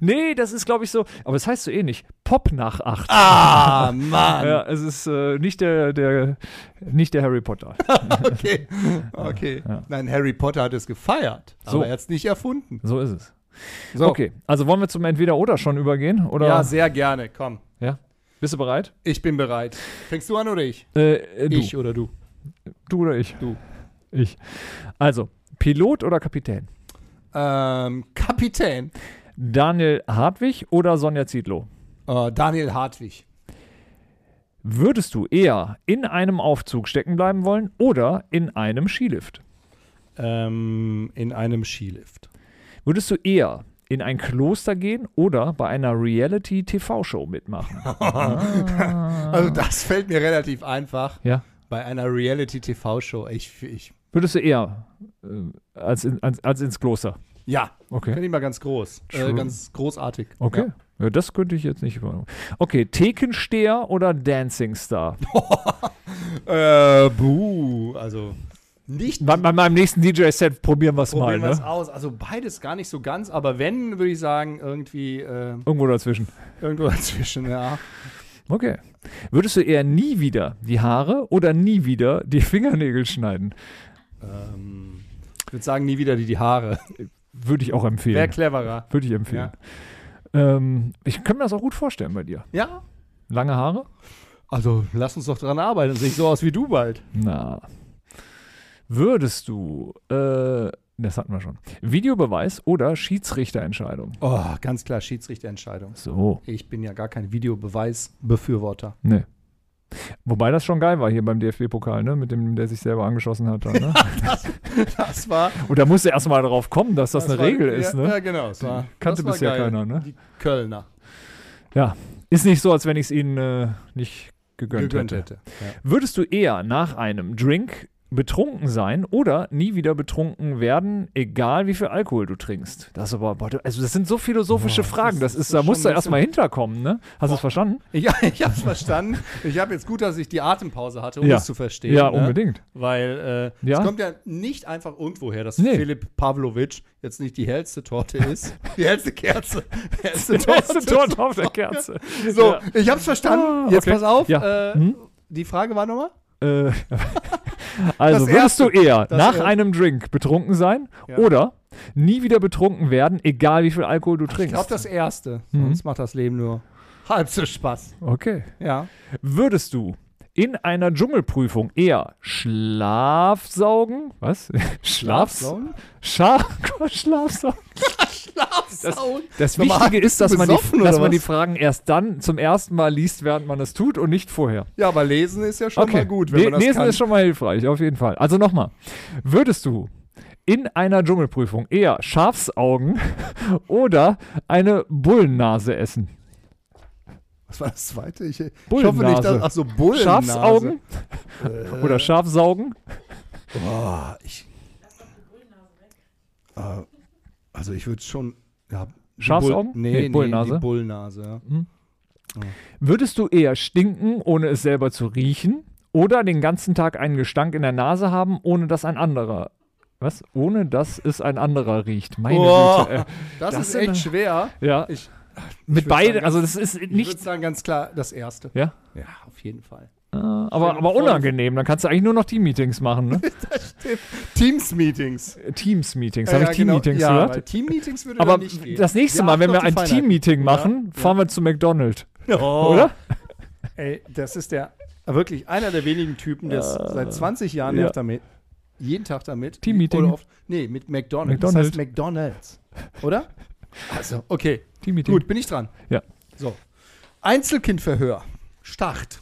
Speaker 1: Nee, das ist glaube ich so. Aber es heißt so ähnlich. Pop nach 8.
Speaker 2: ah, Mann.
Speaker 1: Ja, es ist äh, nicht, der, der, nicht der Harry Potter.
Speaker 2: Okay. okay. Nein, Harry Potter hat es gefeiert,
Speaker 1: So.
Speaker 2: aber er hat es nicht erfunden.
Speaker 1: So ist es.
Speaker 2: So.
Speaker 1: Okay, also wollen wir zum Entweder-Oder schon übergehen? Oder?
Speaker 2: Ja, sehr gerne. Komm.
Speaker 1: Ja? Bist du bereit?
Speaker 2: Ich bin bereit. Fängst du an oder ich?
Speaker 1: Äh, äh, du.
Speaker 2: Ich oder du?
Speaker 1: Du oder ich?
Speaker 2: Du.
Speaker 1: Ich. Also, Pilot oder Kapitän?
Speaker 2: Ähm, Kapitän
Speaker 1: Daniel Hartwig oder Sonja Zietlow?
Speaker 2: äh, Daniel Hartwig.
Speaker 1: Würdest du eher in einem Aufzug stecken bleiben wollen oder in einem Skilift?
Speaker 2: Ähm, in einem Skilift.
Speaker 1: Würdest du eher in ein Kloster gehen oder bei einer Reality-TV-Show mitmachen?
Speaker 2: Also das fällt mir relativ einfach.
Speaker 1: ja.
Speaker 2: Bei einer Reality-TV-Show. Ich, ich
Speaker 1: Würdest du eher äh, als, in, als, als ins Kloster?
Speaker 2: Ja,
Speaker 1: Okay.
Speaker 2: finde ich mal ganz groß. Äh,
Speaker 1: True.
Speaker 2: ganz großartig.
Speaker 1: Okay.
Speaker 2: Ja.
Speaker 1: Ja. das könnte ich jetzt nicht übernehmen. Okay, Thekensteher oder Dancing Star?
Speaker 2: Äh, buh, also nicht
Speaker 1: Bei, bei meinem nächsten DJ-Set probieren wir es mal,
Speaker 2: probieren wir es
Speaker 1: ne?
Speaker 2: aus. Also beides gar nicht so ganz, aber wenn, würde ich sagen, irgendwie äh,
Speaker 1: Irgendwo dazwischen.
Speaker 2: irgendwo dazwischen, ja.
Speaker 1: Okay. Würdest du eher nie wieder die Haare oder nie wieder die Fingernägel schneiden?
Speaker 2: Ähm, ich würde sagen, nie wieder die, die Haare.
Speaker 1: Würde ich auch
Speaker 2: Wäre
Speaker 1: empfehlen.
Speaker 2: cleverer.
Speaker 1: Würde ich empfehlen. Ähm, ich könnte mir das auch gut vorstellen bei dir.
Speaker 2: Ja?
Speaker 1: Lange Haare?
Speaker 2: Also lass uns doch dran arbeiten. Sehe ich so aus wie du bald.
Speaker 1: Na. Würdest du, äh, das hatten wir schon, Videobeweis oder Schiedsrichterentscheidung?
Speaker 2: Oh, ganz klar, Schiedsrichterentscheidung.
Speaker 1: So,
Speaker 2: Ich bin ja gar kein Videobeweisbefürworter.
Speaker 1: ne. Wobei das schon geil war hier beim DFB-Pokal, ne? Mit dem, der sich selber angeschossen hat. Da, ne?
Speaker 2: Das war.
Speaker 1: Und da musste erst mal drauf kommen, dass das, eine
Speaker 2: war-
Speaker 1: Regel
Speaker 2: ja,
Speaker 1: ist, ne?
Speaker 2: Ja, genau. Das war,
Speaker 1: Kannte
Speaker 2: das war
Speaker 1: bisher
Speaker 2: geil.
Speaker 1: keiner, ne?
Speaker 2: Die Kölner
Speaker 1: Ja. Ist nicht so, als wenn ich es ihnen äh, nicht gegönnt,
Speaker 2: gegönnt
Speaker 1: hätte.
Speaker 2: hätte. Ja.
Speaker 1: Würdest du eher nach einem Drink betrunken sein oder nie wieder betrunken werden, egal wie viel Alkohol du trinkst? Das ist aber, boah, du- also das sind so philosophische Fragen, das ist, da
Speaker 2: schon
Speaker 1: musst du
Speaker 2: ein
Speaker 1: erstmal hinterkommen, ne? Hast du es verstanden?
Speaker 2: Ich, ich hab's verstanden. Ich habe jetzt gut, dass ich die Atempause hatte, um
Speaker 1: Ja.
Speaker 2: es zu verstehen.
Speaker 1: Ja,
Speaker 2: ne?
Speaker 1: unbedingt.
Speaker 2: Weil äh,
Speaker 1: Ja.
Speaker 2: es kommt ja nicht einfach irgendwo her, dass
Speaker 1: Nee.
Speaker 2: Philipp Pavlovic jetzt nicht die hellste Torte ist. Die hellste Kerze. Die hellste
Speaker 1: Der erste Torte auf der Kerze.
Speaker 2: So,
Speaker 1: Ja.
Speaker 2: ich hab's verstanden.
Speaker 1: Ah,
Speaker 2: Jetzt
Speaker 1: okay.
Speaker 2: pass auf.
Speaker 1: Ja.
Speaker 2: Äh,
Speaker 1: Hm?
Speaker 2: Die Frage war nochmal?
Speaker 1: Äh, also
Speaker 2: Das
Speaker 1: würdest du
Speaker 2: Erste.
Speaker 1: eher
Speaker 2: Das
Speaker 1: nach
Speaker 2: Erste.
Speaker 1: einem Drink betrunken sein
Speaker 2: Ja.
Speaker 1: oder nie wieder betrunken werden, egal wie viel Alkohol du
Speaker 2: Ich
Speaker 1: trinkst?
Speaker 2: glaube, das erste.
Speaker 1: Hm.
Speaker 2: Sonst macht das Leben nur halb so Spaß.
Speaker 1: okay.
Speaker 2: Ja.
Speaker 1: Würdest du in einer Dschungelprüfung eher Schlafsaugen? Was? Schlafs?
Speaker 2: Schlafsauen?
Speaker 1: Schaf Schlafsaugen?
Speaker 2: Schlafsauen?
Speaker 1: Das
Speaker 2: Sag mal,
Speaker 1: Wichtige ist, dass, man die,
Speaker 2: besoffen oder
Speaker 1: dass man
Speaker 2: was?
Speaker 1: die Fragen erst dann zum ersten Mal liest, während man es tut und nicht vorher.
Speaker 2: Ja, aber lesen ist ja schon mal gut, wenn
Speaker 1: Le-
Speaker 2: man das
Speaker 1: Lesen
Speaker 2: kann.
Speaker 1: ist schon mal hilfreich, auf jeden Fall. Also nochmal. Würdest du in einer Dschungelprüfung eher Schafsaugen oder eine Bullennase essen?
Speaker 2: Was war das zweite? Ich, ich hoffe
Speaker 1: Bullennase.
Speaker 2: nicht, dass. Achso, Bullen.
Speaker 1: Schafsaugen
Speaker 2: Äh.
Speaker 1: oder Schafsaugen?
Speaker 2: Boah, ich. Äh, also, ich würde schon. Ja, die
Speaker 1: Schafsaugen?
Speaker 2: Bull,
Speaker 1: Nee,
Speaker 2: nee, nee,
Speaker 1: Bullennase. Mhm.
Speaker 2: Die Bullennase, ja.
Speaker 1: Würdest du eher stinken, ohne es selber zu riechen? Oder den ganzen Tag einen Gestank in der Nase haben, ohne dass ein anderer. Was? Ohne dass es ein anderer riecht. Meine
Speaker 2: Boah.
Speaker 1: Güte.
Speaker 2: Das,
Speaker 1: Das
Speaker 2: ist
Speaker 1: sind-
Speaker 2: echt schwer.
Speaker 1: Äh, ja.
Speaker 2: Ich-
Speaker 1: Mit
Speaker 2: würd
Speaker 1: beiden,
Speaker 2: sagen,
Speaker 1: also das ist
Speaker 2: Ich würde
Speaker 1: nicht.
Speaker 2: sagen, ganz klar, das erste.
Speaker 1: Ja.
Speaker 2: Ja, auf jeden Fall.
Speaker 1: Äh, aber, aber
Speaker 2: vor, du-
Speaker 1: unangenehm. Dann kannst du eigentlich nur noch Team-Meetings machen, ne?
Speaker 2: Teams-Meetings.
Speaker 1: Teams-Meetings. Habe ich Team-Meetings
Speaker 2: ja, weil
Speaker 1: gehört?
Speaker 2: Team-Meetings würde
Speaker 1: Aber
Speaker 2: dann nicht gehen.
Speaker 1: das nächste
Speaker 2: Wir
Speaker 1: Mal,
Speaker 2: achten
Speaker 1: wenn
Speaker 2: auf
Speaker 1: wir
Speaker 2: die
Speaker 1: ein
Speaker 2: Feinheiten.
Speaker 1: Team-Meeting
Speaker 2: Ja,
Speaker 1: machen,
Speaker 2: ja.
Speaker 1: fahren wir zu McDonald's,
Speaker 2: Oh.
Speaker 1: oder?
Speaker 2: Ey, das ist der wirklich einer der wenigen Typen, der s- seit 20 Jahren
Speaker 1: Ja.
Speaker 2: nervt damit. Jeden Tag damit.
Speaker 1: Teammeeting.
Speaker 2: Oder oft. Nee, mit McDonald's. Das heißt McDonald's. Oder? Also, okay.
Speaker 1: Team-Meeting.
Speaker 2: Gut, bin ich dran.
Speaker 1: Ja.
Speaker 2: So. Einzelkindverhör. Start.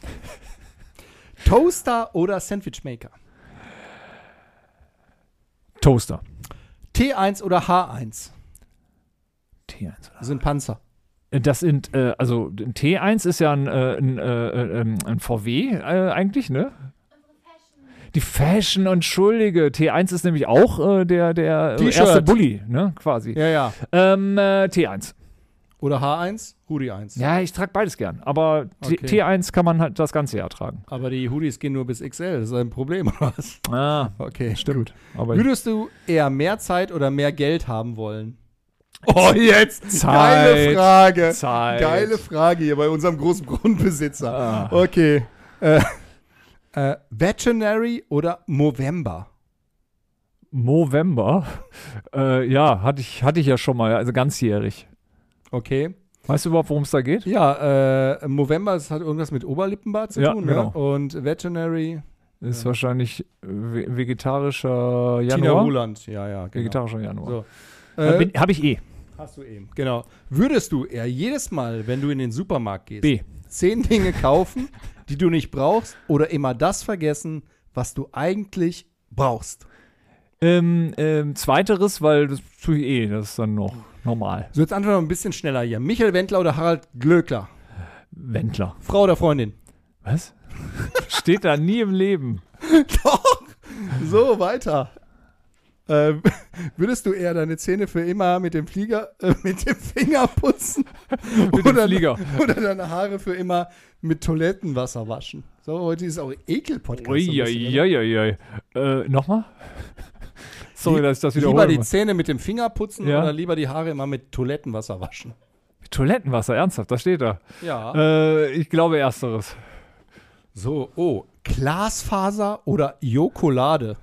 Speaker 2: Toaster oder Sandwichmaker?
Speaker 1: Toaster.
Speaker 2: T1 oder H1?
Speaker 1: T1 oder?
Speaker 2: Das sind Panzer.
Speaker 1: Das sind, äh, also ein T1 ist ja ein, äh, ein, äh, äh, ähm, ein VW äh, eigentlich, ne? Die Fashion, entschuldige. T1 ist nämlich auch äh, der, der äh,
Speaker 2: T-Shirt.
Speaker 1: erste Bulli, ne? Quasi.
Speaker 2: Ja, ja.
Speaker 1: Ähm, äh, T1.
Speaker 2: Oder H1? Hoodie 1.
Speaker 1: Ja, ich trage beides gern. Aber T-
Speaker 2: Okay.
Speaker 1: T1 kann man halt das ganze Jahr tragen.
Speaker 2: Aber die Hoodies gehen nur bis XL. Das ist ein Problem, oder was?
Speaker 1: Ah,
Speaker 2: Okay.
Speaker 1: stimmt. Aber
Speaker 2: Würdest du eher mehr Zeit oder mehr Geld haben wollen? Oh, jetzt!
Speaker 1: Zeit.
Speaker 2: Geile Frage!
Speaker 1: Zeit. Ah.
Speaker 2: Geile Frage hier bei unserem großen Grundbesitzer. Okay. Äh, äh, Veterinary oder Movember?
Speaker 1: Movember, äh, ja, hatte ich, hatte ich ja schon mal, also ganzjährig.
Speaker 2: Okay.
Speaker 1: Weißt du überhaupt, worum es da geht?
Speaker 2: Ja, äh, Movember das hat irgendwas mit Oberlippenbart zu
Speaker 1: Ja,
Speaker 2: tun,
Speaker 1: genau.
Speaker 2: ne? Und Veterinary
Speaker 1: Ist wahrscheinlich äh, ve- vegetarischer
Speaker 2: Tina
Speaker 1: Januar.
Speaker 2: Ruland. Ja, ja, genau.
Speaker 1: Vegetarischer Januar.
Speaker 2: So.
Speaker 1: Da
Speaker 2: Äh,
Speaker 1: bin- Hab ich eh.
Speaker 2: hast du eben. Genau. Würdest du eher jedes Mal, wenn du in den Supermarkt gehst,
Speaker 1: B.
Speaker 2: zehn Dinge kaufen, die du nicht brauchst, oder immer das vergessen, was du eigentlich brauchst.
Speaker 1: Ähm, ähm, zweiteres, weil das tue ich eh, das ist dann noch normal.
Speaker 2: So, jetzt antworten wir ein bisschen schneller hier. Michael Wendler oder Harald Glöckler?
Speaker 1: Wendler.
Speaker 2: Frau oder Freundin?
Speaker 1: Was? Steht da nie im Leben.
Speaker 2: Doch! So, weiter. Ähm, würdest du eher deine Zähne für immer mit dem Flieger, äh, mit dem Finger putzen?
Speaker 1: Mit dem Flieger.
Speaker 2: Oder deine Haare für immer mit Toilettenwasser waschen? So, heute ist auch Ekel-Podcast. so ein bisschen, oder?
Speaker 1: Uiuiuiui. Äh, nochmal? Sorry, dass ich das
Speaker 2: Lieber
Speaker 1: wiederhole.
Speaker 2: die Zähne mit dem Finger putzen
Speaker 1: Ja.
Speaker 2: oder lieber die Haare immer mit Toilettenwasser waschen?
Speaker 1: Toilettenwasser, ernsthaft, das steht da.
Speaker 2: Ja.
Speaker 1: Äh, ich glaube ersteres.
Speaker 2: So, oh, Glasfaser oder Jokolade?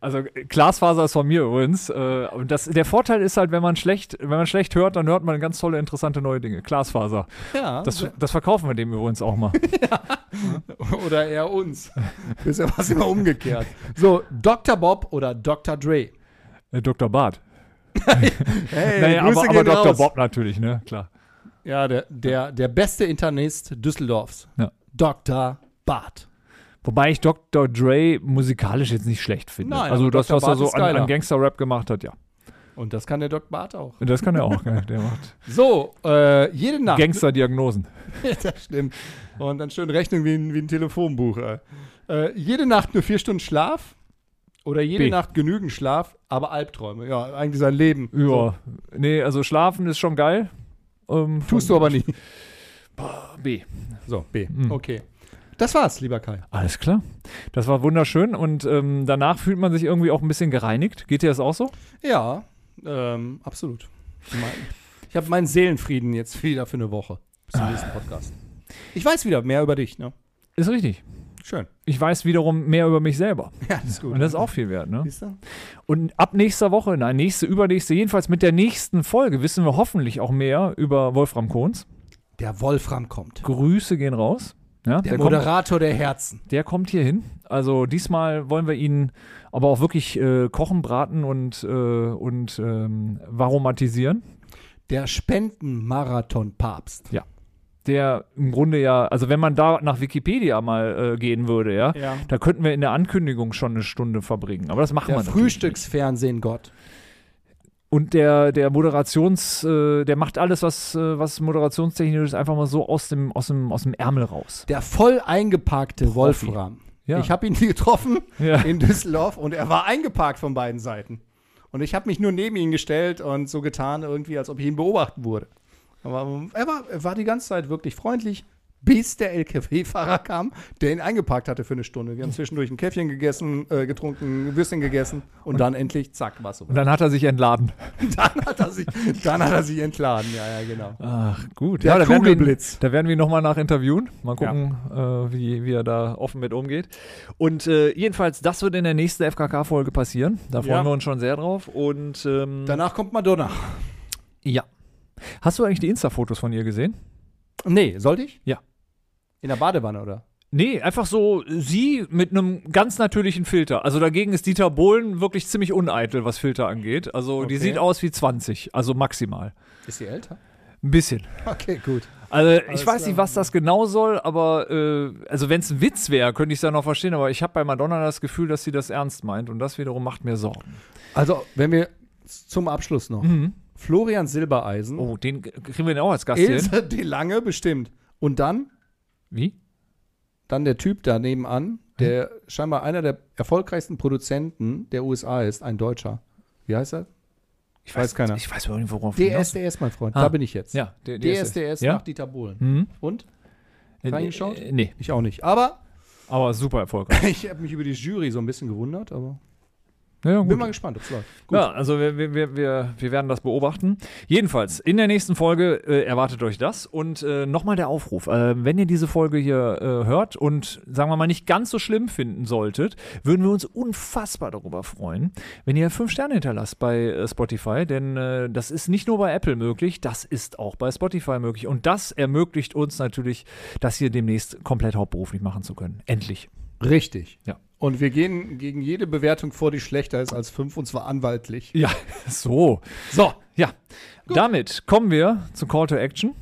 Speaker 1: Also äh, Glasfaser ist von mir übrigens. Äh, und das, der Vorteil ist halt, wenn man schlecht, wenn man schlecht hört, dann hört man ganz tolle, interessante neue Dinge. Glasfaser.
Speaker 2: Ja.
Speaker 1: Das, das verkaufen wir dem übrigens auch mal.
Speaker 2: oder eher uns. Ist ja was immer umgekehrt. So, Dr. Bob oder Dr. Dre?
Speaker 1: Äh, Dr. Barth.
Speaker 2: Hey,
Speaker 1: naja,
Speaker 2: Grüße
Speaker 1: aber, aber
Speaker 2: gehen
Speaker 1: Dr.
Speaker 2: raus.
Speaker 1: Bob natürlich, ne? Klar.
Speaker 2: Ja, der, der, der beste Internist Düsseldorfs.
Speaker 1: Ja.
Speaker 2: Dr. Bart.
Speaker 1: Wobei ich Dr. Dre musikalisch jetzt nicht schlecht finde.
Speaker 2: Nein,
Speaker 1: also
Speaker 2: aber
Speaker 1: das,
Speaker 2: Dr.
Speaker 1: was er
Speaker 2: Barth
Speaker 1: so
Speaker 2: ist
Speaker 1: an, an
Speaker 2: geiler.
Speaker 1: Gangster-Rap gemacht hat, ja.
Speaker 2: Und das kann der Dr. Bart auch.
Speaker 1: Und Das kann er auch, ne? Der macht
Speaker 2: So, äh, jede Nacht.
Speaker 1: Gangster-Diagnosen.
Speaker 2: das stimmt. Und dann schön Rechnung wie ein, wie ein Telefonbuch. ey. Äh, jede Nacht nur vier Stunden Schlaf oder jede
Speaker 1: B.
Speaker 2: Nacht genügend Schlaf, aber Albträume. Ja, eigentlich sein Leben.
Speaker 1: Ja.
Speaker 2: So,
Speaker 1: Nee, also schlafen ist schon geil. Ähm,
Speaker 2: tust du aber nie.
Speaker 1: B.
Speaker 2: So, B. Okay. Das war's, lieber Kai.
Speaker 1: Alles klar. Das war wunderschön und ähm, danach fühlt man sich irgendwie auch ein bisschen gereinigt. Geht dir das auch so?
Speaker 2: Ja, ähm, absolut. Mein, ich habe meinen Seelenfrieden jetzt wieder für eine Woche. Bis zum nächsten Podcast. Ich weiß wieder mehr über dich, ne?
Speaker 1: Ist richtig.
Speaker 2: Schön.
Speaker 1: Ich weiß wiederum mehr über mich selber.
Speaker 2: Ja, das ist gut.
Speaker 1: Und das ist auch viel wert, ne?
Speaker 2: Siehst du?
Speaker 1: Und ab nächster Woche, nein, nächste, übernächste, jedenfalls mit der nächsten Folge wissen wir hoffentlich auch mehr über Wolfram Kohns.
Speaker 2: Der Wolfram kommt.
Speaker 1: Grüße gehen raus. Ja,
Speaker 2: Der,
Speaker 1: kommt,
Speaker 2: Moderator der Herzen.
Speaker 1: der kommt hier hin. Also diesmal wollen wir ihn aber auch wirklich äh, kochen, braten und, äh, und ähm, aromatisieren.
Speaker 2: Der Spendenmarathon-Papst.
Speaker 1: der im Grunde ja, also wenn man da nach Wikipedia mal äh, gehen würde, ja,
Speaker 2: Ja.
Speaker 1: da könnten wir in der Ankündigung schon eine Stunde verbringen. Aber das machen
Speaker 2: Der
Speaker 1: wir natürlich nicht.
Speaker 2: Frühstücksfernsehen Gott.
Speaker 1: Und der, der Moderations, äh, der macht alles, was, äh, was moderationstechnisch ist, einfach mal so aus dem, aus dem, aus dem Ärmel raus.
Speaker 2: Der voll eingeparkte Wolfram.
Speaker 1: Ja.
Speaker 2: Ich habe ihn getroffen
Speaker 1: Ja.
Speaker 2: in Düsseldorf und er war eingeparkt von beiden Seiten. Und ich habe mich nur neben ihn gestellt und so getan, irgendwie, als ob ich ihn beobachten würde. Aber ähm, er war, er war die ganze Zeit wirklich freundlich, bis der LKW-Fahrer kam, der ihn eingeparkt hatte für eine Stunde. Wir haben zwischendurch ein Käffchen gegessen, äh, getrunken, ein Würstchen gegessen und, dann endlich, zack, war es
Speaker 1: Und
Speaker 2: soweit.
Speaker 1: dann hat er sich entladen.
Speaker 2: Dann hat er sich, dann hat er sich entladen. Ja, ja, genau.
Speaker 1: Ach, gut.
Speaker 2: Der
Speaker 1: ja, da werden wir ihn,
Speaker 2: Kugelblitz.
Speaker 1: da werden wir ihn nochmal nach interviewen. Mal gucken, äh, wie, wie er da offen mit umgeht. Und äh, jedenfalls, das wird in der nächsten FKK-Folge passieren. Da freuen
Speaker 2: Ja.
Speaker 1: wir uns schon sehr drauf. Und ähm,
Speaker 2: Danach kommt Madonna.
Speaker 1: Ja. Hast du eigentlich die Insta-Fotos von ihr gesehen?
Speaker 2: Nee, sollte ich?
Speaker 1: Ja.
Speaker 2: In der Badewanne, oder?
Speaker 1: Nee, einfach so sie mit einem ganz natürlichen Filter. Also dagegen ist Dieter Bohlen wirklich ziemlich uneitel, was Filter angeht. Also die
Speaker 2: Okay.
Speaker 1: sieht aus wie 20, also maximal.
Speaker 2: Ist sie älter?
Speaker 1: Ein bisschen.
Speaker 2: Okay, gut.
Speaker 1: Also ich weiß nicht, was das genau soll, aber äh, also wenn es ein Witz wäre, könnte ich es ja noch verstehen. Aber ich habe bei Madonna das Gefühl, dass sie das ernst meint und das wiederum macht mir Sorgen.
Speaker 2: Also, wenn wir zum Abschluss noch. Florian Silbereisen,
Speaker 1: Mhm. Oh, den kriegen wir denn auch als Gast hier hin?
Speaker 2: Ilse die Lange bestimmt. Und dann,
Speaker 1: Wie?
Speaker 2: dann der Typ da nebenan, der
Speaker 1: Mhm.
Speaker 2: scheinbar einer der erfolgreichsten Produzenten der USA ist, ein Deutscher. Wie heißt er? Ich weiß keiner.
Speaker 1: Ich weiß überhaupt nicht, worauf du hinaus-
Speaker 2: DSDS, mein Freund,
Speaker 1: Ah.
Speaker 2: da bin ich jetzt.
Speaker 1: Ja, D-
Speaker 2: DSDS
Speaker 1: Ja?
Speaker 2: nach Dieter Bohlen.
Speaker 1: Mhm.
Speaker 2: Und? reingeschaut?
Speaker 1: Äh, nee,
Speaker 2: Ich auch nicht. Aber
Speaker 1: aber super erfolgreich.
Speaker 2: ich habe mich über die Jury so ein bisschen gewundert, aber
Speaker 1: Ja, gut.
Speaker 2: bin mal gespannt, ob's läuft. Gut.
Speaker 1: Ja, also wir, wir, wir, wir, wir werden das beobachten. Jedenfalls, in der nächsten Folge äh, erwartet euch das. Und äh, nochmal der Aufruf, äh, wenn ihr diese Folge hier äh, hört und, sagen wir mal, nicht ganz so schlimm finden solltet, würden wir uns unfassbar darüber freuen, wenn ihr fünf Sterne hinterlasst bei äh, Spotify. Denn äh, das ist nicht nur bei Apple möglich, das ist auch bei Spotify möglich. Und das ermöglicht uns natürlich, das hier demnächst komplett hauptberuflich machen zu können. Endlich.
Speaker 2: Richtig.
Speaker 1: Ja.
Speaker 2: Und wir gehen gegen jede Bewertung vor, die schlechter ist als fünf, und zwar anwaltlich.
Speaker 1: Ja, so.
Speaker 2: So,
Speaker 1: Ja, damit kommen wir zu Call to Action.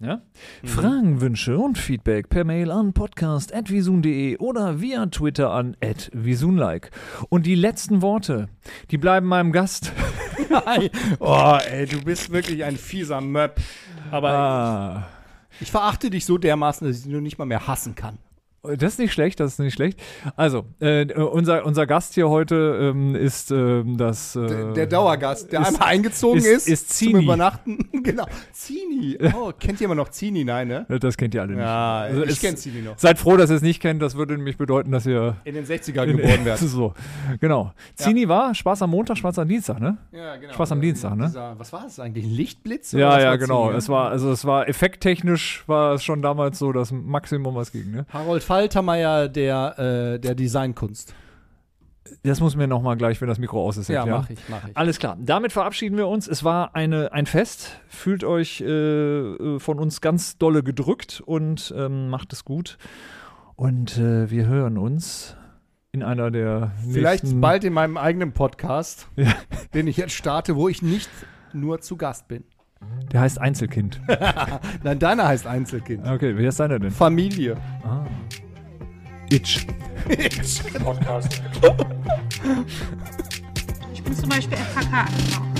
Speaker 1: Ja?
Speaker 2: Mhm.
Speaker 1: Fragen, Wünsche und Feedback per Mail an podcast.visun.de oder via Twitter an visunlike. Und die letzten Worte, die bleiben meinem Gast.
Speaker 2: oh, ey, du bist wirklich ein fieser Möb. Aber
Speaker 1: Ah,
Speaker 2: ich verachte dich so dermaßen, dass ich dich nur nicht mal mehr hassen kann.
Speaker 1: Das ist nicht schlecht, das ist nicht schlecht. Also, äh, unser, unser Gast hier heute ähm, ist ähm, das. Äh,
Speaker 2: Der, der Dauergast, der
Speaker 1: ist-
Speaker 2: einmal eingezogen
Speaker 1: ist-
Speaker 2: ist,
Speaker 1: ist
Speaker 2: zum
Speaker 1: Zini.
Speaker 2: Übernachten. genau. Zini. Oh, kennt jemand noch Zini? Nein, ne?
Speaker 1: das kennt ihr alle nicht. Also
Speaker 2: Ja, ich
Speaker 1: es-
Speaker 2: kenn Zini noch.
Speaker 1: Seid froh, dass ihr es nicht kennt. Das würde nämlich bedeuten, dass ihr
Speaker 2: In den 60ern geboren werden.
Speaker 1: so, genau. Zini war Spaß am Montag, Spaß am Dienstag, ne?
Speaker 2: Ja, genau.
Speaker 1: Spaß am Dienstag, ne?
Speaker 2: Dieser, was war das eigentlich? Lichtblitz?
Speaker 1: ja,
Speaker 2: was
Speaker 1: ja,
Speaker 2: war
Speaker 1: genau.
Speaker 2: Zini, ne?
Speaker 1: Es war, also es war effekttechnisch war es schon damals so das Maximum, was ging, ne?
Speaker 2: Harold Faltermeier, der, äh, der Designkunst.
Speaker 1: Das muss mir nochmal gleich, wenn das Mikro aus ist. erklären.
Speaker 2: ich, mach ich.
Speaker 1: Alles klar. Damit verabschieden wir uns. Es war eine, ein Fest. Fühlt euch äh, äh, von uns ganz dolle gedrückt und ähm, macht es gut. Und äh, wir hören uns in einer der
Speaker 2: Vielleicht
Speaker 1: nächsten
Speaker 2: bald in meinem eigenen Podcast, den ich jetzt starte, wo ich nicht nur zu Gast bin.
Speaker 1: Der heißt Einzelkind.
Speaker 2: Nein, deiner heißt Einzelkind.
Speaker 1: Okay, wer ist seiner denn?
Speaker 2: Familie.
Speaker 1: Itch.
Speaker 4: Ich bin zum Beispiel FKK angekommen.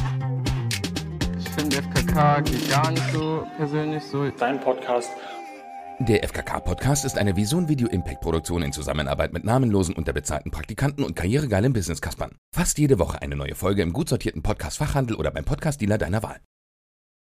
Speaker 5: Ich finde FKK geht gar nicht so persönlich so.
Speaker 7: Dein Podcast.
Speaker 8: Der FKK-Podcast ist eine Vision Video Impact Produktion in Zusammenarbeit mit namenlosen, unterbezahlten Praktikanten und karrieregeilen Business-Kaspern. Fast jede Woche eine neue Folge im gut sortierten Podcast-Fachhandel oder beim Podcast-Dealer deiner Wahl.